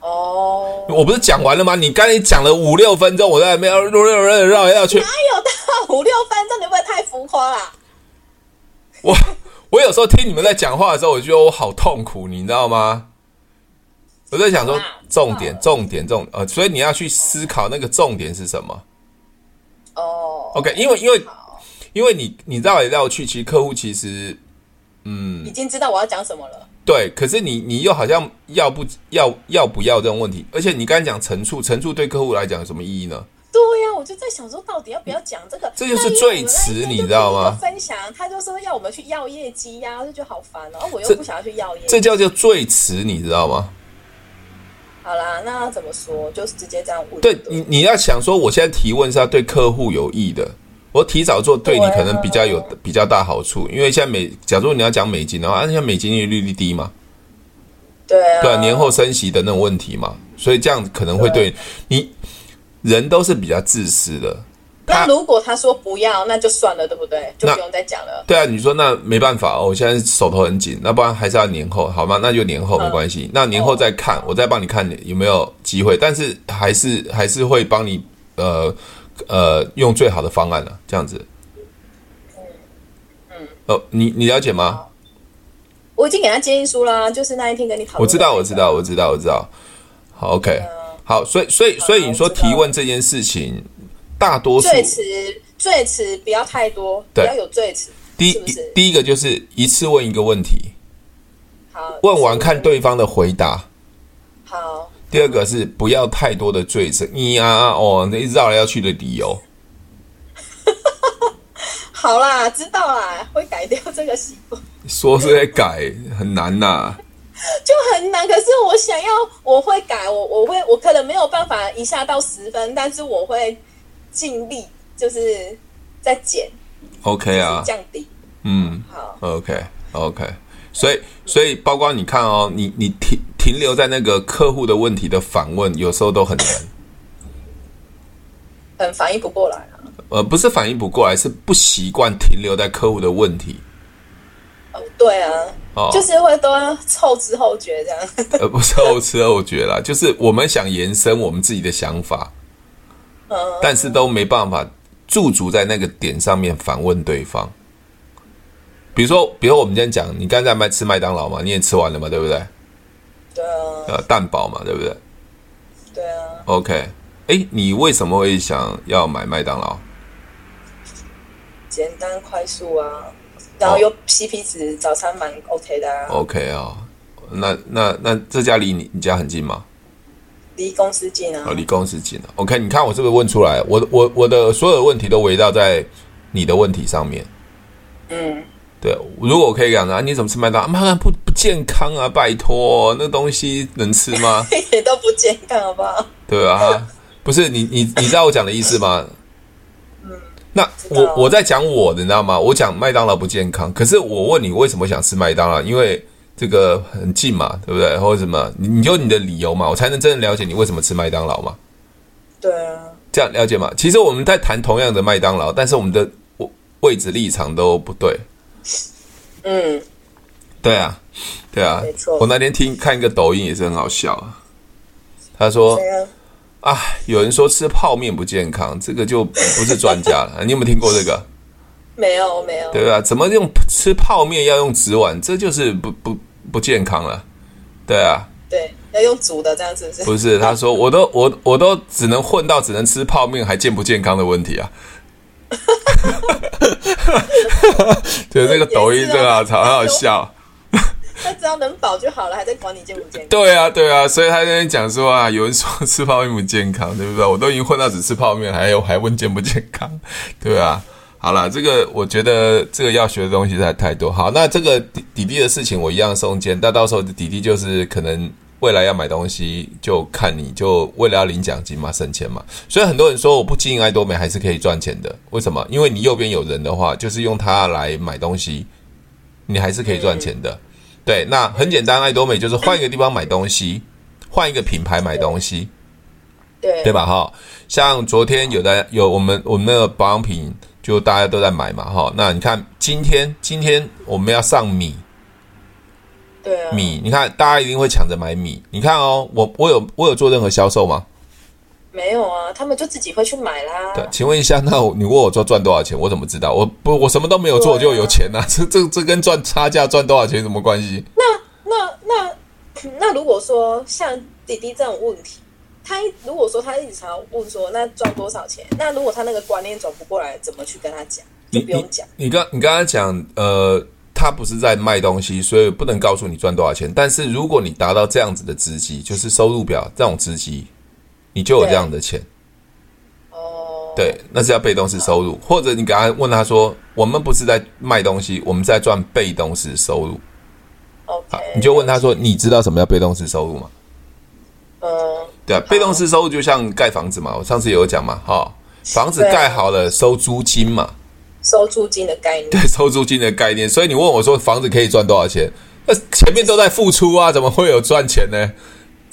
S2: 哦，
S1: 我不是讲完了吗？你刚才讲了五六分钟，我在那边绕绕绕绕要去。
S2: 哪有到五六分钟？你会不会太浮夸啦？
S1: 我我有时候听你们在讲话的时候，我觉得我好痛苦，你知道吗？我在想说
S2: 好啦
S1: 重点，重点，重呃，所以你要去思考那个重点是什么。
S2: 哦
S1: OK，因为因为
S2: 好，
S1: 因为你你绕来绕去，其实客户其实嗯
S2: 已经知道我要讲什么了。
S1: 对，可是你你又好像要不要要不要这种问题，而且你刚才讲陈述，陈述对客户来讲有什么意义呢？
S2: 对呀、我就在想说，到底要不要讲这个？
S1: 这就是
S2: 那因为
S1: 最
S2: 我们
S1: 迟
S2: 那天
S1: 你
S2: 就
S1: 知道
S2: 跟一个
S1: 吗
S2: 分享，他就说要我们去要业绩呀、我就觉得好烦哦。啊我
S1: 这
S2: 又不想要去要业绩
S1: 这。叫做最迟，你知道吗？
S2: 好啦，那要怎么说？就是直接这样问。
S1: 对你，你要想说，我现在提问是要对客户有益的，我提早做对你
S2: 对啊
S1: 可能比较有比较大好处，因为现在美，假如你要讲美金的话，啊现在美金利率低嘛，
S2: 对啊，
S1: 对啊，年后升息的那种问题嘛，所以这样可能会对啊你人都是比较自私的。
S2: 那
S1: 他
S2: 如果他说不要，那就算了，对不对？就
S1: 那
S2: 不用再讲了。
S1: 对啊，你说那没办法哦，我现在手头很紧，那不然还是要年后好吗？那就年
S2: 嗯
S1: 后没关系，那年后再
S2: 哦
S1: 看，我再帮你看有没有机会，但是还是还是会帮你呃呃用最好的方案了、啊，这样子。
S2: 嗯
S1: 哦，你你了解吗？
S2: 我已经给他建议书啦，就是那一天跟你讨论。
S1: 我知道，我知。道，我知道，我知道。好，OK，好，所以所以所以你说
S2: 呃我知道
S1: 提问这件事情，大多数
S2: 最迟最迟不要太多，不
S1: 对
S2: 要有最迟。
S1: 第
S2: 是不是
S1: 一第一个就是一次问一个问题，
S2: 好，
S1: 问完看对方的回答。
S2: 好，
S1: 第二个是不要太多的罪证，你啊啊哦，那一直绕来绕去的理由。
S2: 好啦，知道啦，会改掉这个习惯，
S1: 说是在改很难呐、
S2: 就很难。可是我想要，我会改，我我会，我可能没有办法一下到十分，但是我会尽力，就是在减，
S1: OK 啊，
S2: 降低。
S1: 嗯
S2: 好，
S1: ，OK OK，所以所以包括你看哦，你你停停留在那个客户的问题的反问，有时候都很难。
S2: 很嗯反应不过来啊。
S1: 呃，不是反应不过来，是不习惯停留在客户的问题。
S2: 哦，对啊，
S1: 哦，
S2: 就是会都要后知后觉这样。 [LAUGHS]
S1: 呃，不是后知后觉啦，就是我们想延伸我们自己的想法，
S2: 嗯，
S1: 但是都没办法驻足在那个点上面反问对方。比如说，比如我们今天讲，你刚才麦吃麦当劳嘛，你也吃完了嘛，对不对？
S2: 对啊，
S1: 呃，蛋堡嘛，对不对
S2: 对啊，
S1: ？OK，哎，你为什么会想要买麦当劳？
S2: 简单快速啊，然后又 CP 值，早餐蛮 OK 的啊，
S1: OK 哦，那那那这家离你你家很近吗？
S2: 离公司近啊
S1: 哦，。
S2: [LAUGHS]
S1: 离公司近了。OK，你看我是不是问出来？我的我我的所有的问题都围绕在你的问题上面。
S2: 嗯，
S1: 对，如果我可以讲啊，你怎么吃麦当劳？麦当劳不不健康啊，拜托，那东西能吃
S2: [LAUGHS]
S1: 吗？
S2: 一点都不健康，好不好？
S1: 对啊，不是你你你知道我讲的意思吗？那
S2: 嗯知
S1: 我
S2: 道
S1: 我在讲我的，你知道吗？我讲麦当劳不健康，可是我问你为什么想吃麦当劳，因为这个很近嘛，对不对？或者什么，你你就你的理由嘛，我才能真的了解你为什么吃麦当劳嘛。
S2: 对啊，
S1: 这样了解吗？其实我们在谈同样的麦当劳，但是我们的位位置立场都不对。
S2: 嗯，
S1: 对啊，对啊
S2: 没，错
S1: 我那天听看一个抖音也是很好笑啊。他说
S2: 怎样？
S1: 啊，有人说吃泡面不健康，这个就不是专家了。 [LAUGHS] 你有没有听过这个？
S2: 没有没有，
S1: 对啊，怎么用吃泡面要用纸碗，这就是不不不健康了。对啊，
S2: 对，要用煮的这样是不是？
S1: 不是，他说我都我我都只能混到只能吃泡面，还健不健康的问题啊。 [LAUGHS] 对，这个抖音真的啊，好好笑。
S2: [LAUGHS] 他只要能饱就好了，还在管你健不健康？
S1: 对啊，对啊，所以他在那边讲说啊，有人说吃泡面不健康，对不对？我都已经混到只吃泡面，还有还问健不健康，对啊。好啦，这个我觉得这个要学的东西实在太多。好，那这个弟弟弟的事情我一样送件，但到时候弟弟就是可能未来要买东西就看你就为了要领奖金嘛，省钱嘛。所以很多人说我不经营爱多美还是可以赚钱的，为什么？因为你右边有人的话，就是用它来买东西，你还是可以赚钱的。对，那很简单，爱多美就是换一个地方买东西，换一个品牌买东西，
S2: 对
S1: 对？吧？哈，像昨天有的有我们我们那个保养品，就大家都在买嘛，哈。那你看今天今天我们要上米
S2: 对啊，
S1: 米，你看大家一定会抢着买米。你看哦，我我有我有做任何销售吗？
S2: 没有啊，他们就自己会去买啦。
S1: 对，请问一下，那我你问我说赚多少钱，我怎么知道？我不我什么都没有做我
S2: 对啊
S1: 就有钱呐、这这这跟赚差价赚多少钱有什么关系？
S2: 那那 [CLEARS THROAT] 那如果说像弟弟这种问题，他一如果说他一直想要问说那赚多少钱，那如果他那个观念转不过来，怎么去跟他讲？
S1: 你
S2: 就不用讲。
S1: 你你刚你刚才讲，呃，他不是在卖东西，所以不能告诉你赚多少钱。但是如果你达到这样子的职级，就是收入表这种职级，你就有这样的钱。
S2: 哦，
S1: 对，那是叫被动式收入。或者你给他问他说，我们不是在卖东西，我们在赚被动式收入。
S2: ，OK，
S1: 你就问他说，你知道什么叫被动式收入吗？
S2: 嗯，
S1: 对啊，被动式收入就像盖房子嘛，我上次有讲嘛，哈、房子
S2: 对啊
S1: 盖好了收租金嘛，
S2: 收租金的概
S1: [LAUGHS]
S2: 念，
S1: 对收租金的概念。所以你问我说房子可以赚多少钱？那前面都在付出啊，怎么会有赚钱呢？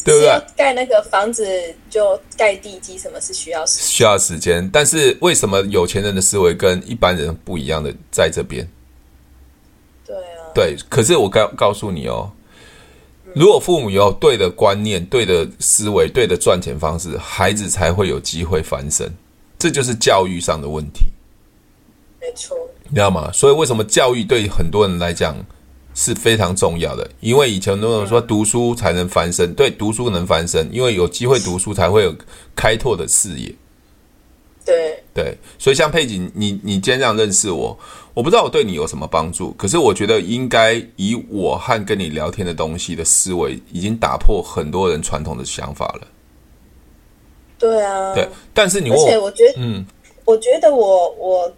S1: 对不
S2: 只有
S1: 对？
S2: 盖那个房子就盖地基，什么是需要时？
S1: 需要时间，但是为什么有钱人的思维跟一般人不一样的在这边？
S2: 对啊，
S1: 对，可是我告告诉你哦，如果父母有对的观念、对的思维、对的赚钱方式，孩子才会有机会翻身。这就是教育上的问题，
S2: 没错，
S1: 你知道吗？所以为什么教育对很多人来讲是非常重要的？因为以前很多人说读书才能翻身，对，读书能翻身，因为有机会读书才会有开拓的视野。
S2: 对，
S1: 对，所以像佩锦，你你今天这样认识我，我不知道我对你有什么帮助，可是我觉得应该以我和跟你聊天的东西的思维，已经打破很多人传统的想法了。
S2: 对啊，
S1: 对，但是你
S2: 而
S1: 问
S2: 且
S1: 我，
S2: 我觉得，
S1: 嗯，
S2: 我觉得我我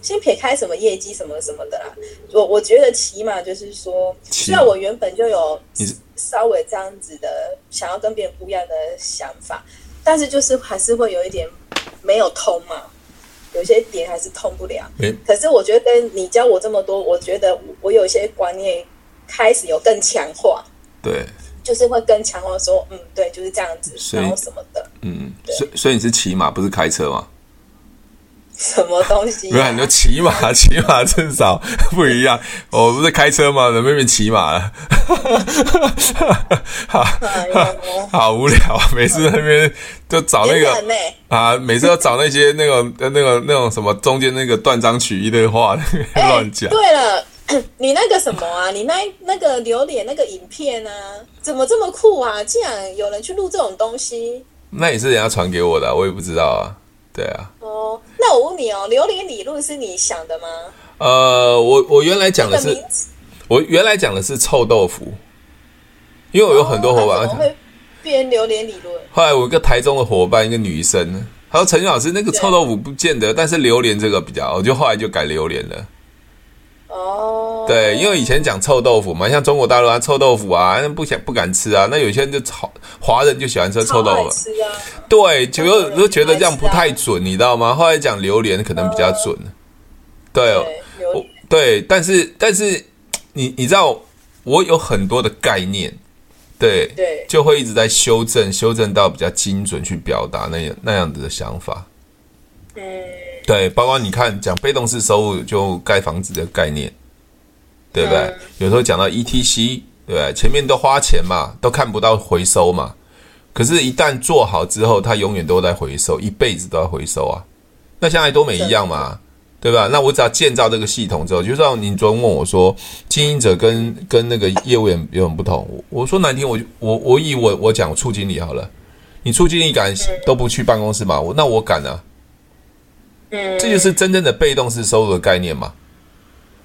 S2: 先撇开什么业绩什么什么的啦，我我觉得起码就是说，
S1: 起
S2: 虽然我原本就有
S1: 你是
S2: 稍微这样子的想要跟别人不一样的想法，但是就是还是会有一点没有通嘛，有些点还是通不了。
S1: 没
S2: 可是我觉得你教我这么多，我觉得我有一些观念开始有更强化，
S1: 对，
S2: 就是会更强化说，嗯，对，就是这样子，
S1: 所以
S2: 然后什么的，
S1: 嗯，所以所以你是骑马，不是开车吗？
S2: 什么东西
S1: 不
S2: 啊、
S1: 然你就骑马，骑马至少不一样。我不是开车吗？怎么变骑马了？好
S2: 哎呦，
S1: 好无聊啊！每次在那边就找那
S2: 原
S1: 个。
S2: 本呢、
S1: 啊，每次要找那些那种、呃那个、那种什么中间那个断章取义的话
S2: 哎
S1: 乱讲。
S2: 对了， [CLEARS THROAT] 你那个什么啊，你那那个榴莲那个影片啊，怎么这么酷啊？竟然有人去录这种东西
S1: 那也是人家传给我的啊、我也不知道啊。对啊，
S2: 哦。那我问你哦，榴莲理论是你想的吗？
S1: 呃，我我原来讲
S2: 这
S1: 的
S2: 个
S1: 是
S2: 名，字
S1: 我原来讲的是臭豆腐，因为我有很多伙
S2: 哦那
S1: 伴
S2: 怎么
S1: 讲。
S2: 会变榴莲理论？
S1: 后来我一个台中的伙伴，一个女生，她说陈老师那个臭豆腐不见得，但是榴莲这个比较好，我就后来就改榴莲了。
S2: 哦，
S1: 对，因为以前讲臭豆腐嘛，像中国大陆啊，臭豆腐啊，不想不敢吃啊。那有些人就好，华人就喜欢吃臭
S2: 超
S1: 豆
S2: 爱
S1: 腐。
S2: 吃啊，
S1: 对，就有都觉得这样不太准，你知道吗？后来讲榴莲可能比较准，对，
S2: 对，榴
S1: 哎我
S2: 莲
S1: 对，但是但是你你知道，我有很多的概念，对，
S2: 对
S1: 就会一直在修正，修正到比较精准去表达那样那样子的想法，
S2: 嗯，
S1: 对，包括你看讲被动式收入就盖房子的概念，对不对？
S2: 嗯
S1: 有时候讲到 ETC，对不对？前面都花钱嘛，都看不到回收嘛。可是，一旦做好之后，它永远都在回收，一辈子都在回收啊。那像爱多美一样嘛，对吧？那我只要建造这个系统之后，就像你昨天问我说，经营者跟跟那个业务员有很不同。我我说难听，我就我我以我我讲处经理好了，你处经理敢都不去办公室嘛？我那我敢啊，
S2: 嗯
S1: 这就是真正的被动式收入的概念嘛。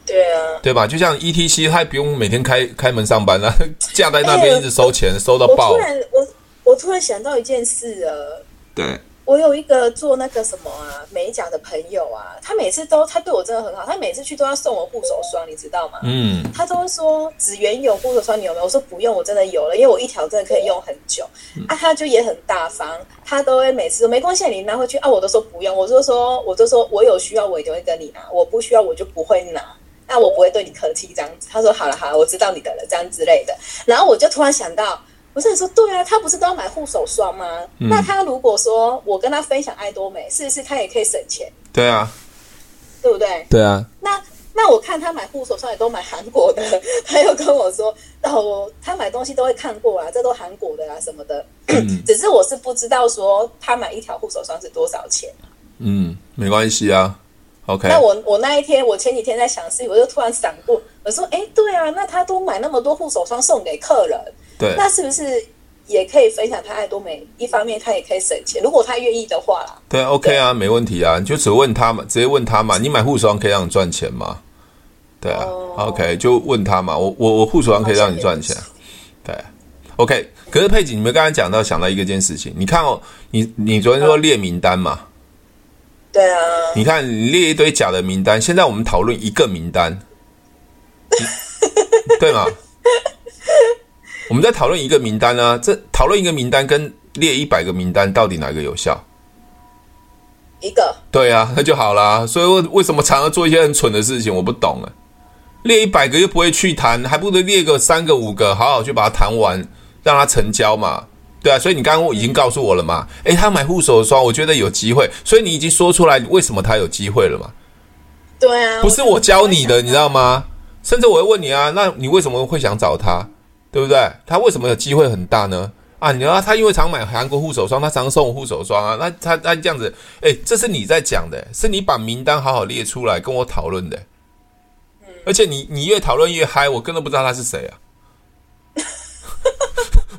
S2: 对啊。
S1: 对吧？就像 E ETC，他也不用每天开开门上班了、 [LAUGHS] 架在那边一直收钱，收到
S2: 哎我
S1: 爆
S2: 突。然我我突然想到一件事了。
S1: 对，
S2: 我有一个做那个什么啊美甲的朋友啊，他每次都他对我真的很好，他每次去都要送我护手霜，你知道吗？
S1: 嗯，
S2: 他都会说紫源有护手霜，你有没有？我说不用，我真的有了，因为我一条真的可以用很久。啊，他就也很大方，他都会每次说没关系，你拿回去啊。我都说不用，我就说我就说我有需要我一定会跟你拿，我不需要我就不会拿。那我不会对你客气这样子。他说好了好了，我知道你的了，这样之类的。然后我就突然想到，我是说对啊，他不是都要买护手霜吗？那他如果说我跟他分享爱多美，是不是他也可以省钱，
S1: 对啊，
S2: 对不对？
S1: 对啊，
S2: 那那我看他买护手霜也都买韩国的， [LAUGHS] 他又跟我说，哦，我他买东西都会看过啊啦，这都韩国的啦什么的。
S1: 嗯
S2: [COUGHS] 只是我是不知道说他买一条护手霜是多少钱。
S1: 嗯，没关系啊。OK，
S2: 那我我那一天，我前几天在想事情，我就突然闪过，我说，哎，对啊，那他都买那么多护手霜送给客人，
S1: 对
S2: 那是不是也可以分享他爱多美？一方面他也可以省钱，如果他愿意的话啦。
S1: 对，OK 啊，没问题啊。你就只问他嘛，直接问他嘛。你买护手霜可以让你赚钱吗？对啊、
S2: 哦
S1: o k 就问他嘛。我我我护手霜可以让你赚钱，对，OK。可是佩姐，你们刚才讲到想到一个件事情，你看哦，你你昨天说列名单嘛，
S2: 对啊，
S1: 你看，你列一堆假的名单，现在我们讨论一个名单，你对吗？我们在讨论一个名单啊，这讨论一个名单跟列一百个名单到底哪个有效？
S2: 一个
S1: 对啊，那就好啦。所以为为什么常常做一些很蠢的事情，我不懂啊。列一百个又不会去谈，还不如列个三个五个，好好去把它谈完，让它成交嘛。对啊，所以你刚刚已经告诉我了嘛？诶，他买护手霜，我觉得有机会，所以你已经说出来为什么他有机会了嘛？
S2: 对啊，
S1: 不是我教你的，你知道吗？甚至我会问你啊，那你为什么会想找他？对不对？他为什么有机会很大呢？啊，你知道他因为常买韩国护手霜，他常送我护手霜啊。那他他这样子，哎，这是你在讲的，是你把名单好好列出来跟我讨论的。而且你你越讨论越嗨，我根本不知道他是谁 [LAUGHS] 啊！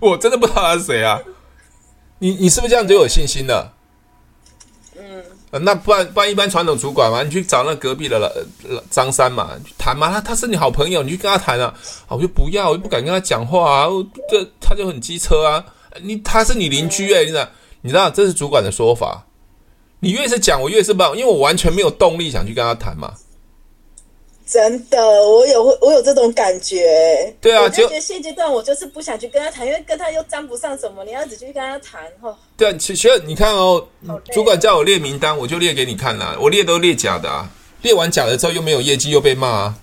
S1: 我真的不知道他是谁啊！你你是不是这样就有信心了？呃，那不然不然，一般传统主管嘛，你去找那隔壁的了呃张三嘛你去谈嘛，他他是你好朋友，你去跟他谈啊，啊我就不要，我就不敢跟他讲话啊，我这他就很机车啊，你他是你邻居哎、你知道你知道这是主管的说法，你越是讲我越是不，因为我完全没有动力想去跟他谈嘛，
S2: 真的，我有我有这种感觉。
S1: 对啊
S2: 我就
S1: 就
S2: 觉得现阶段我就是不想去跟他谈，因为跟他又沾不上什么，你要一直去跟他谈，哦，
S1: 对啊，其其实你看哦
S2: 好累，
S1: 主管叫我列名单，我就列给你看啦、我列都列假的啊，列完假了之后又没有业绩，又被骂啊。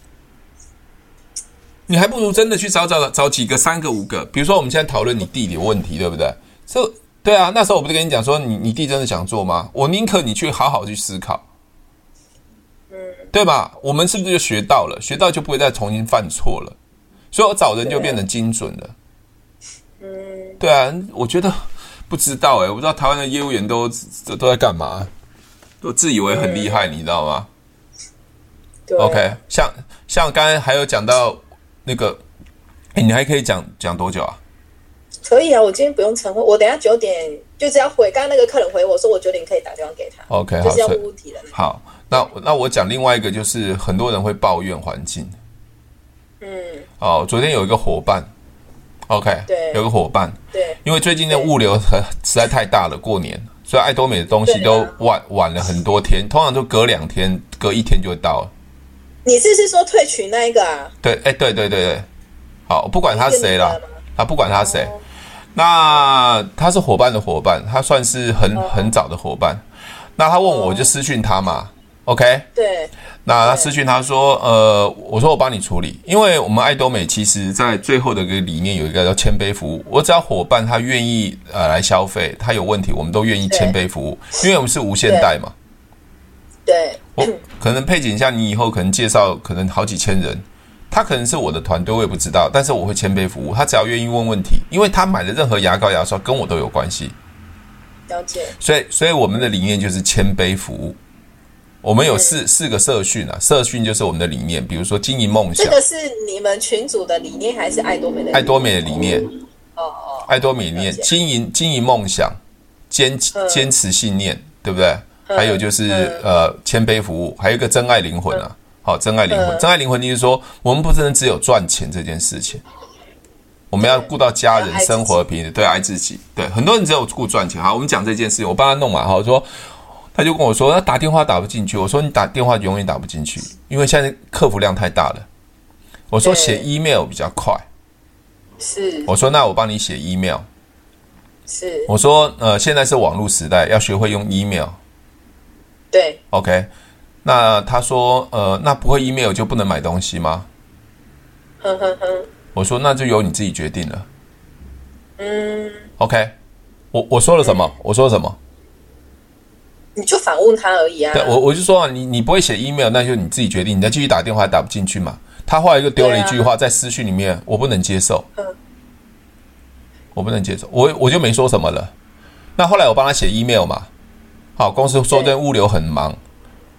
S1: 你还不如真的去找找找几个三个五个，比如说我们现在讨论你弟弟的问题，对不对？这对啊，那时候我不是跟你讲说你你弟真的想做吗？我宁可你去好好去思考，对吧？我们是不是就学到了？学到就不会再重新犯错了，所以我找人就变得精准了。
S2: 嗯，
S1: 对啊，我觉得不知道哎、我不知道台湾的业务员都都都在干嘛，都自以为很厉害，你知道吗
S2: 对。啊
S1: ？OK，像像刚才还有讲到那个，哎，你还可以讲讲多久啊？
S2: 可以啊，我今天不用晨会，我等一下九点就只要回。刚刚那个客人回我说，我九点可以打电话给他
S1: OK，
S2: 就
S1: 好
S2: 是要
S1: 所以
S2: 问问题了。
S1: 好，那那我讲另外一个，就是很多人会抱怨环境
S2: 嗯，
S1: 哦。昨天有一个伙伴，OK，
S2: 对
S1: 有个伙伴，
S2: 对，
S1: 因为最近的物流很实在太大了，过年，所以爱多美的东西
S2: 对啊
S1: 都晚、晚了很多天，通常都隔两天、隔一天就会到了。
S2: 你是不是说退群那一个啊？
S1: 对，哎、对对对对，好，我不管他谁
S2: 是
S1: 了
S2: 你的吗，
S1: 啊，不管他谁，那他是伙伴的伙伴，他算是很
S2: 哦
S1: 很早的伙伴。那他问我，我就私讯他嘛，OK？
S2: 对，
S1: 那他私讯他说，呃，我说我帮你处理，因为我们爱多美其实在最后的一个理念有一个叫谦卑服务，我只要伙伴他愿意呃来消费，他有问题，我们都愿意
S2: 对
S1: 谦卑服务，因为我们是无限贷嘛。
S2: 对，
S1: 我哦可能配景一下，你以后可能介绍可能好几千人，他可能是我的团队，我也不知道，但是我会谦卑服务，他只要愿意问问题，因为他买的任何牙膏牙刷跟我都有关系，
S2: 了解。
S1: 所以所以我们的理念就是谦卑服务。我们有
S2: 嗯
S1: 四四个社训啊，社训就是我们的理念，比如说经营梦想
S2: 这，个是你们群主的理念还是爱多美的理念？
S1: 爱多美的理念，
S2: 哦哦，
S1: 爱多美理念
S2: 了，解
S1: 经营经营梦想，坚
S2: 嗯
S1: 坚持信念，对不对？
S2: 嗯
S1: 还有就是
S2: 嗯
S1: 呃谦卑服务，还有一个真爱灵魂啊。好，真爱灵魂，
S2: 嗯
S1: 真爱灵魂就是说，我们不能只有赚钱这件事情，我们要顾到家
S2: 要
S1: 人
S2: 爱自己
S1: 生活的平衡，对，爱自己。对，很多人只有顾赚钱。好，我们讲这件事情，我帮他弄嘛。好，我说他就跟我说，他打电话打不进去。我说你打电话永远打不进去，因为现在客服量太大了。我说
S2: 对
S1: 写 email 比较快。
S2: 是
S1: 我说那我帮你写 email。
S2: 是，
S1: 我说，呃，现在是网络时代，要学会用 email。
S2: 对
S1: OK，那他说，呃，那不会 email 就不能买东西吗？
S2: 哼哼哼，
S1: 我说，那就由你自己决定了。
S2: 嗯，
S1: OK，我我说了什么？我说了什么？
S2: 你就反问他而已啊。
S1: 对我我就说、啊，你你不会写 email，那就你自己决定。你再继续打电话打不进去嘛？他后来又丢了一句话在私讯里面，我不能接受
S2: 嗯，
S1: 我不能接受，我我就没说什么了。那后来我帮他写 email 嘛，好，公司说
S2: 对
S1: 这物流很忙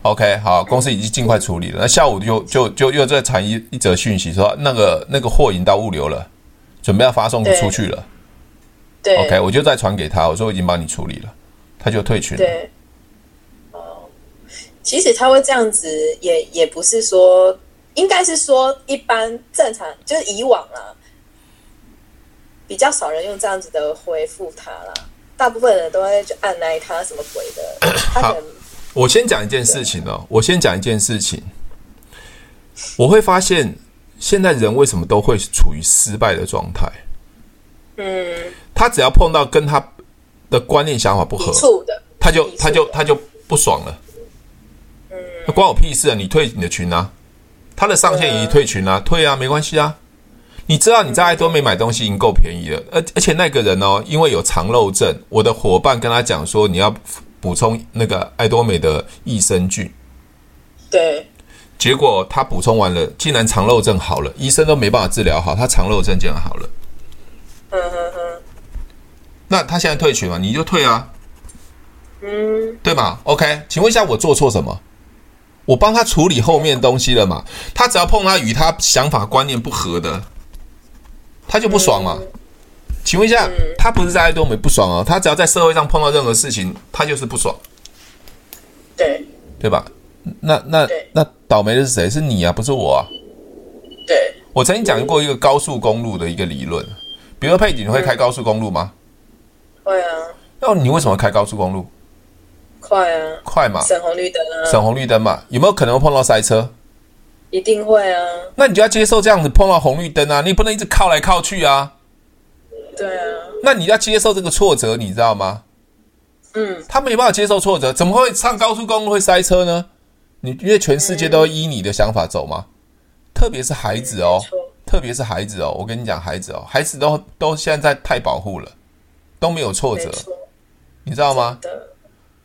S1: ，OK，好，公司已经尽快处理了。那下午就就就又在传一一则讯息说，那个那个货已经到物流了，准备要发送
S2: 对
S1: 出去了
S2: 对
S1: ，OK，我就再传给他，我说我已经帮你处理了，他就退群了。
S2: 对，哦，其实他会这样子也，也不是说，应该是说一般正常，就是以往啦，比较少人用这样子的回复他啦，大部分人都会去按耐他什么鬼的，他可能
S1: 我先讲一件事情哦，我先讲一件事情，我会发现现在人为什么都会处于失败的状态？
S2: 嗯
S1: 他只要碰到跟他的观念想法不合
S2: 抵，触的，
S1: 他就
S2: 抵触
S1: 他就他就不爽了。关我屁事啊！你退你的群啊！它的上限已经退群啦、退啊，没关系啊。你知道你在爱多美买东西已经够便宜了，而而且那个人哦，因为有肠漏症，我的伙伴跟他讲说你要补充那个爱多美的益生菌，
S2: 对，
S1: 结果他补充完了，竟然肠漏症好了，医生都没办法治疗好，他肠漏症竟然好了。
S2: 嗯哼哼，
S1: 那他现在退群嘛，你就退啊，
S2: 嗯，
S1: 对吗？OK，请问一下，我做错什么？我帮他处理后面东西了嘛？他只要碰他与他想法观念不合的，他就不爽嘛。
S2: 嗯
S1: 请问一下，他不是在爱多美不爽哦，他只要在社会上碰到任何事情，他就是不爽，
S2: 对
S1: 对吧？那那
S2: 对
S1: 那倒霉的是谁？是你啊，不是我啊。
S2: 对，
S1: 我曾经讲过一个高速公路的一个理论，比如说佩锦你会开高速公路吗？
S2: 会啊，
S1: 那你为什么开高速公路？
S2: 快啊，
S1: 快嘛，
S2: 省红绿灯啊，
S1: 省红绿灯嘛，有没有可能会碰到塞车？
S2: 一定会啊，
S1: 那你就要接受这样子碰到红绿灯啊，你不能一直靠来靠去啊。
S2: 对啊，
S1: 那你要接受这个挫折，你知道吗？
S2: 嗯，
S1: 他没办法接受挫折，怎么会上高速公路会塞车呢？你因为全世界都依你的想法走嘛，特别是孩子哦
S2: 没，错，
S1: 特别是孩子哦，我跟你讲，孩子哦，孩子都都现在太保护了，都没有挫
S2: 没
S1: 折，
S2: 错
S1: 你知道吗
S2: 的，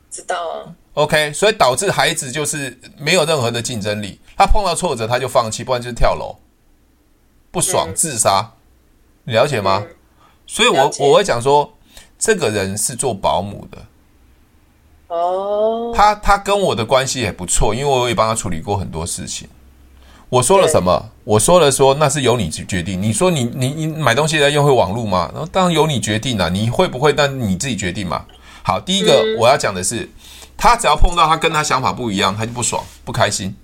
S2: 知道啊，
S1: ？OK，所以导致孩子就是没有任何的竞争力，他碰到挫折他就放弃，不然就是跳楼，不爽自杀，你了解吗？
S2: 嗯
S1: 所以
S2: 了
S1: 我
S2: 解
S1: 我会讲说，这个人是做保姆的，
S2: 哦，
S1: 他他跟我的关系也不错，因为我也帮他处理过很多事情。我说了什么？我说了说那是由你去决定。你说你你你买东西要用会网络吗？然后当然由你决定啦、你会不会？那你自己决定嘛。好，第一
S2: 嗯
S1: 个我要讲的是，他只要碰到他跟他想法不一样，他就不爽不开心，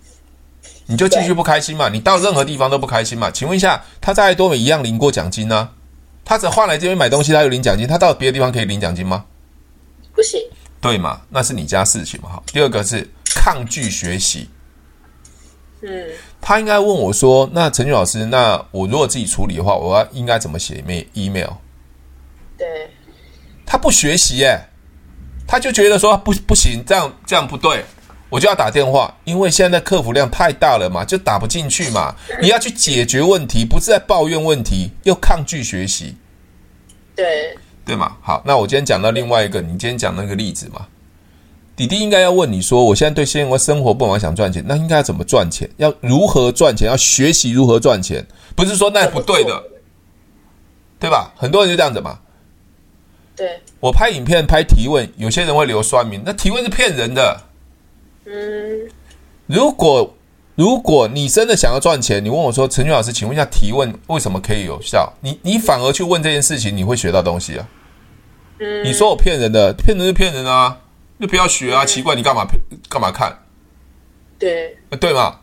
S1: 你就继续
S2: 对
S1: 不开心嘛。你到任何地方都不开心嘛。请问一下，他在爱多美一样领过奖金呢、啊他只换来这边买东西，他有领奖金，他到别的地方可以领奖金吗？
S2: 不行，
S1: 对嘛？那是你家事情嘛。好，第二个是抗拒学习。
S2: 嗯，
S1: 他应该问我说：“那陈俊老师，那我如果自己处理的话，我要应该怎么写 email email？”
S2: 对，
S1: 他不学习耶、他就觉得说不不行，这样这样不对，我就要打电话，因为现在客服量太大了嘛，就打不进去嘛。你要去解决问题，不是在抱怨问题，又抗拒学习，
S2: 对，
S1: 对嘛？好，那我今天讲到另外一个，你今天讲那个例子嘛，弟弟应该要问你说，我现在对现在生活不满，想赚钱，那应该要怎么赚钱？要如何赚钱？要学习如何赚钱？不是说那不对的，对吧？很多人就这样子嘛。
S2: 对，
S1: 我拍影片拍提问，有些人会留酸民，那提问是骗人的。
S2: 嗯，
S1: 如果如果你真的想要赚钱，你问我说，陈俊老师，请问一下提问为什么可以有效？你你反而去问这件事情，你会学到东西啊。
S2: 嗯
S1: 你说我骗人的，骗人就骗人啊，就不要学啊，奇怪，你干嘛骗干嘛看？
S2: 对，
S1: 呃对嘛？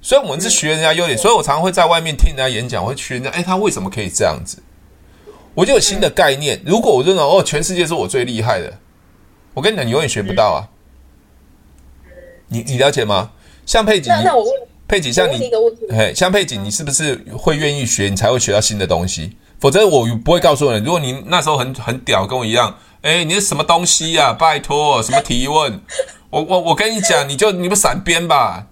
S1: 所以我们是学人家优点，所以我常常会在外面听人家演讲，我会学人家，哎，他为什么可以这样子？我就有新的概念。如果我认为哦，全世界是我最厉害的，我跟你讲，你永远学不到啊。你你了解吗？像佩锦，
S2: 那
S1: 你
S2: 那我问，
S1: 佩锦，
S2: 我
S1: 像
S2: 问你一
S1: 你，
S2: 个问题，
S1: 嘿，像佩锦，你是不是会愿意学，你才会学到新的东西？否则我不会告诉人。如果你那时候很很屌，跟我一样，哎，你是什么东西呀、拜托，什么提问？ [LAUGHS] 我我我跟你讲，你就你们闪边吧。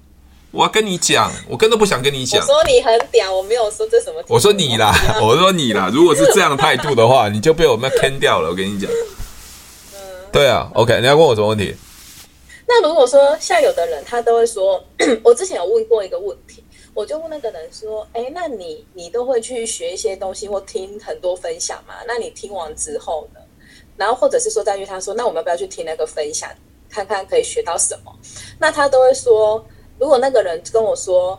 S1: 我要跟你讲，我根本不想跟你
S2: 我
S1: 讲。
S2: 说你很屌，我没有说这什么题目，
S1: 我说你啦，我说你啦，如果是这样的态度的话，你就被我们坑掉了。我跟你讲，对啊，OK，你要问我什么问题？
S2: 那如果说像有的人，他都会说，我之前有问过一个问题，我就问那个人说，哎，那你你都会去学一些东西或听很多分享嘛？那你听完之后呢？然后或者是说再约他说，那我们要不要去听那个分享，看看可以学到什么？那他都会说，如果那个人跟我说，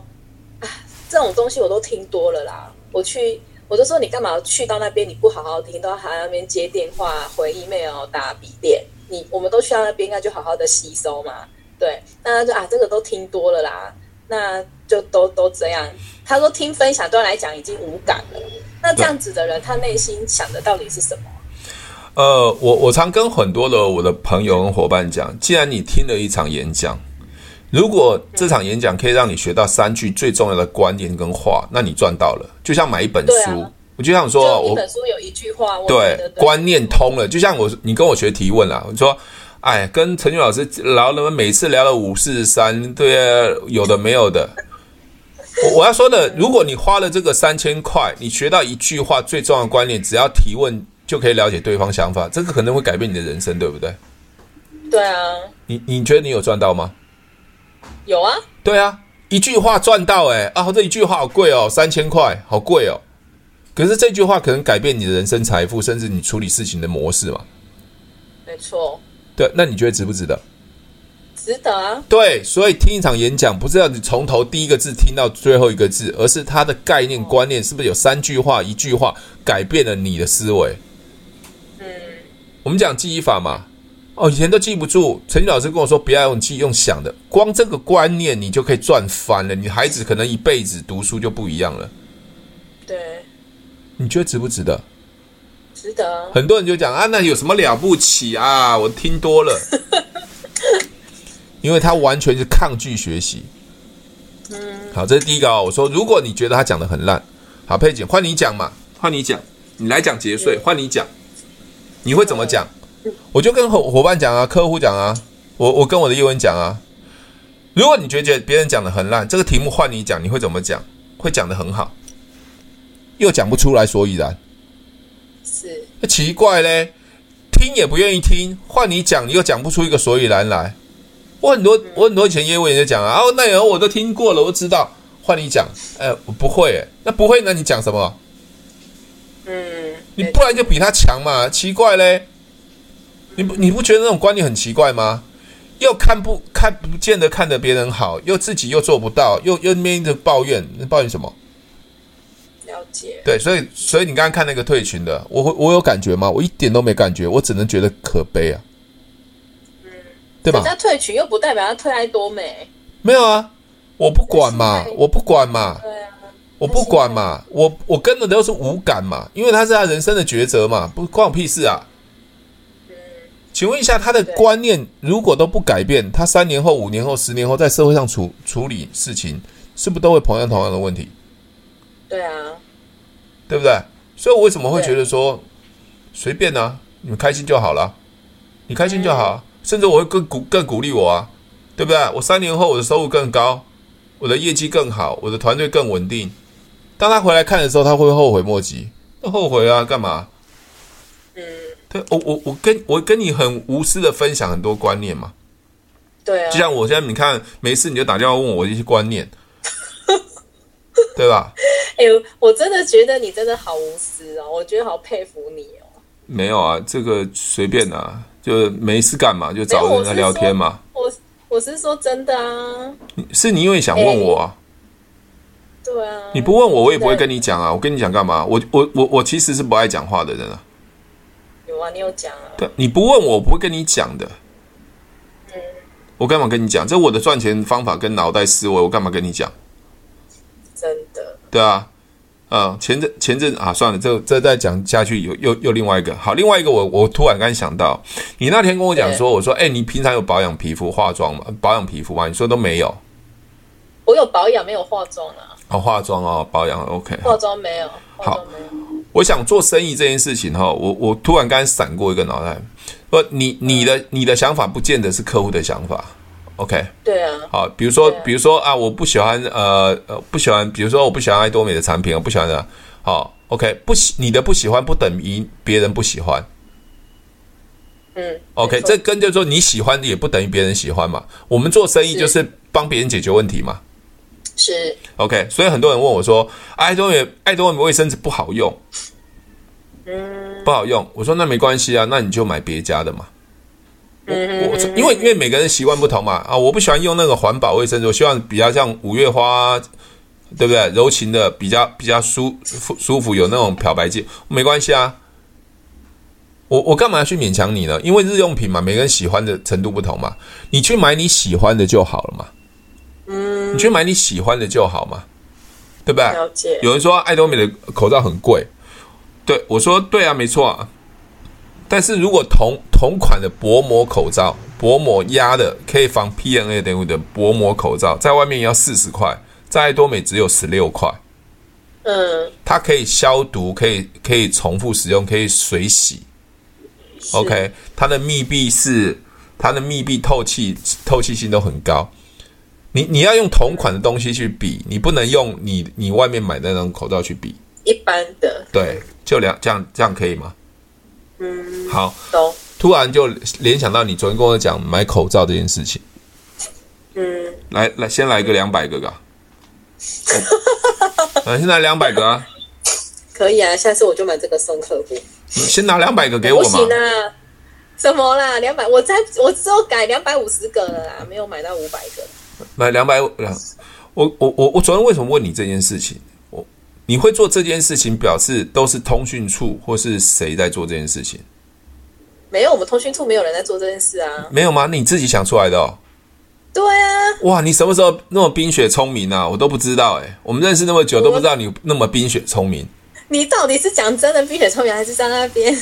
S2: 啊，这种东西我都听多了啦，我去。我就说你干嘛去到那边？你不好好听，都还在那边接电话、回 email、打笔电，你我们都去到那边，应该就好好的吸收嘛。对，那他就啊，这个都听多了啦，那就都都这样。他说听分享对他来讲已经无感了。那这样子的人，他内心想的到底是什么？
S1: 呃，我我常跟很多的我的朋友跟伙伴讲，既然你听了一场演讲，如果这场演讲可以让你学到三句最重要的观念跟话，那你赚到了。就像买一本
S2: 对啊
S1: 书，我就想说，
S2: 就一
S1: 我
S2: 本书有一句话，我觉
S1: 对
S2: 得对啊
S1: 观念通了，就像我你跟我学提问啦，我说。哎，跟陈俊老师聊了，每次聊了五四三，对啊，有的没有的，我我要说的，如果你花了这个三千块，你学到一句话最重要的观念，只要提问就可以了解对方想法，这个可能会改变你的人生，对不对？
S2: 对啊，
S1: 你你觉得你有赚到吗？
S2: 有啊，
S1: 对啊，一句话赚到哎、啊，这一句话好贵哦，三千块，好贵哦。可是这句话可能改变你的人生财富，甚至你处理事情的模式嘛？
S2: 没错，
S1: 对，那你觉得值不值得？
S2: 值得啊。
S1: 对，所以听一场演讲，不是要你从头第一个字听到最后一个字，而是它的概念观念是不是有三句话、一句话改变了你的思维？
S2: 嗯，
S1: 我们讲记忆法嘛，哦，以前都记不住。陈宇老师跟我说，不要用记，用想的。光这个观念，你就可以赚翻了。你孩子可能一辈子读书就不一样了。
S2: 对，
S1: 你觉得值不值得？
S2: 值得啊。
S1: 很多人就讲啊，那有什么了不起啊？我听多 [LAUGHS] 了，因为他完全是抗拒学习。嗯，好，这是第一个哦。我说，如果你觉得他讲的很烂，好，佩姐，换你讲嘛，换你讲，你来讲节税，换你讲，你会怎么讲？嗯我就跟伙伙伴讲啊，客户讲啊，我我跟我的业务员讲啊。如果你觉得别人讲的很烂，这个题目换你讲，你会怎么讲？会讲的很好，又讲不出来所以然。
S2: 是，
S1: 那奇怪嘞，听也不愿意听，换你讲，你又讲不出一个所以然来。我很多我很多以前业务员就讲啊，哦，那有我都听过了，我都知道。换你讲，呃，我不会，哎那不会，那你讲什么？
S2: 嗯，
S1: 你
S2: 没
S1: 不然就比他强嘛？奇怪嘞，你不你不觉得那种观念很奇怪吗？又看不看不见得看得别人好，又自己又做不到，又又那边一直抱怨，那抱怨什么？
S2: 了解，
S1: 对，所以所以你刚刚看那个退群的，我会我有感觉吗？我一点都没感觉，我只能觉得可悲啊，对吧？
S2: 人家退群又不代表他退爱多美，
S1: 没有啊，我不管嘛
S2: 但是，
S1: 我不管嘛，
S2: 对啊，
S1: 我不管嘛，我我跟的都是无感嘛，因为他是他人生的抉择嘛，不关我屁事啊。请问一下，他的
S2: 对
S1: 观念如果都不改变，他三年后、五年后、十年后在社会上处处理事情，是不是都会同样同样的问题？
S2: 对啊，
S1: 对不对？所以我为什么会
S2: 对
S1: 觉得说随便啊，你们开心就好了，你开心就好
S2: 嗯
S1: 啊，甚至我会更鼓更鼓励我啊，对不对？我三年后我的收入更高，我的业绩更好，我的团队更稳定。当他回来看的时候，他会不会后悔莫及，那后悔啊，干嘛？
S2: 嗯，
S1: 对，我我我跟我跟你很无私的分享很多观念嘛，
S2: 对
S1: 就
S2: 啊，
S1: 像我现在你看没事你就打电话问我一些观
S2: [LAUGHS]
S1: 念，对吧？
S2: 哎、我真的觉得你真的好无私哦，我觉得好佩服你哦。
S1: 没有啊，这个随便啊，就没事干嘛就
S2: 没有
S1: 找人
S2: 我
S1: 来
S2: 是
S1: 聊
S2: 说
S1: 天嘛。
S2: 我我是说真的啊，
S1: 是你因为想问我啊，
S2: 对啊，
S1: 你不问我，我也不会跟你讲啊。我跟你讲干嘛？我我我我其实是不爱讲话的人啊。
S2: 有啊，你有讲啊，
S1: 对，你不问我，我不会跟你讲的。
S2: 嗯
S1: 我干嘛跟你讲？这我的赚钱方法跟脑袋思维，我干嘛跟你讲？
S2: 真的，
S1: 对啊，呃，前阵前阵啊，算了，这这再讲下去有又又另外一个好，另外一个我我突然刚想到，你那天跟我讲说，我说哎、你平常有保养皮肤、化妆吗？保养皮肤吗？你说都没有，
S2: 我有保养，没有化妆啊，
S1: 哦，化妆哦，保养 OK，好
S2: 化妆没有，化妆没有，
S1: 我想做生意这件事情哈，哦我我突然刚才闪过一个脑袋，不，你你的你的想法不见得是客户的想法，OK，
S2: 对啊，
S1: 好，比如说
S2: 对啊
S1: 比如说啊，我不喜欢呃呃不喜欢，比如说我不喜欢爱多美的产品，我不喜欢的，好，OK，不喜你的不喜欢不等于别人不喜欢
S2: 嗯
S1: ，OK，
S2: 没错
S1: 这跟就是说你喜欢的也不等于别人喜欢嘛，我们做生意
S2: 是
S1: 就是帮别人解决问题嘛
S2: 是，
S1: ，OK，所以很多人问我说，啊爱多美爱多美卫生纸不好用，
S2: 嗯
S1: 不好用，我说那没关系啊，那你就买别家的嘛。我
S2: 嗯
S1: 我因为因为每个人习惯不同嘛啊，我不喜欢用那个环保卫生纸，我希望比较像五月花，对不对？柔情的比较比较舒舒舒服，有那种漂白剂，没关系啊。我我干嘛要去勉强你呢？因为日用品嘛，每个人喜欢的程度不同嘛，你去买你喜欢的就好了嘛。嗯，你去买你喜欢的就好嘛，对不对？
S2: 了解，
S1: 啊有人说爱多美的口罩很贵，对我说对啊，没错啊。但是如果同同款的薄膜口罩，薄膜压的可以防 PNA 等五的薄膜口罩，在外面要四十块，在爱多美只有十六块。
S2: 嗯
S1: 它可以消毒，可以可以重复使用，可以水洗。OK，它的密闭是它的密闭透气透气性都很高。你你要用同款的东西去比，你不能用你你外面买的那种口罩去比。
S2: 一般的，
S1: 对，就两这样这样可以吗？
S2: 嗯，
S1: 好，
S2: 懂，
S1: 突然就联想到你昨天跟我讲买口罩这件事情，
S2: 嗯，
S1: 来来，先来个两百个
S2: [LAUGHS]
S1: 吧。嗯，先拿两百个啊，
S2: 可以啊，下次我就买这个送客户。
S1: 你先拿两百个给
S2: 不
S1: 我嘛
S2: 行。啊，什么啦？两百，我在我只有改两百五十个了啦，没有买到五百个。
S1: 买两百两，我我我我昨天为什么问你这件事情？我你会做这件事情，表示都是通讯处或是谁在做这件事情，
S2: 没有，我们通讯处没有人在做这件事啊。
S1: 没有吗？你自己想出来的哦。
S2: 对啊，
S1: 哇，你什么时候那么冰雪聪明啊？我都不知道哎、我们认识那么久都不知道你那么冰雪聪明。
S2: 你到底是讲真的冰雪聪明，还是在那边？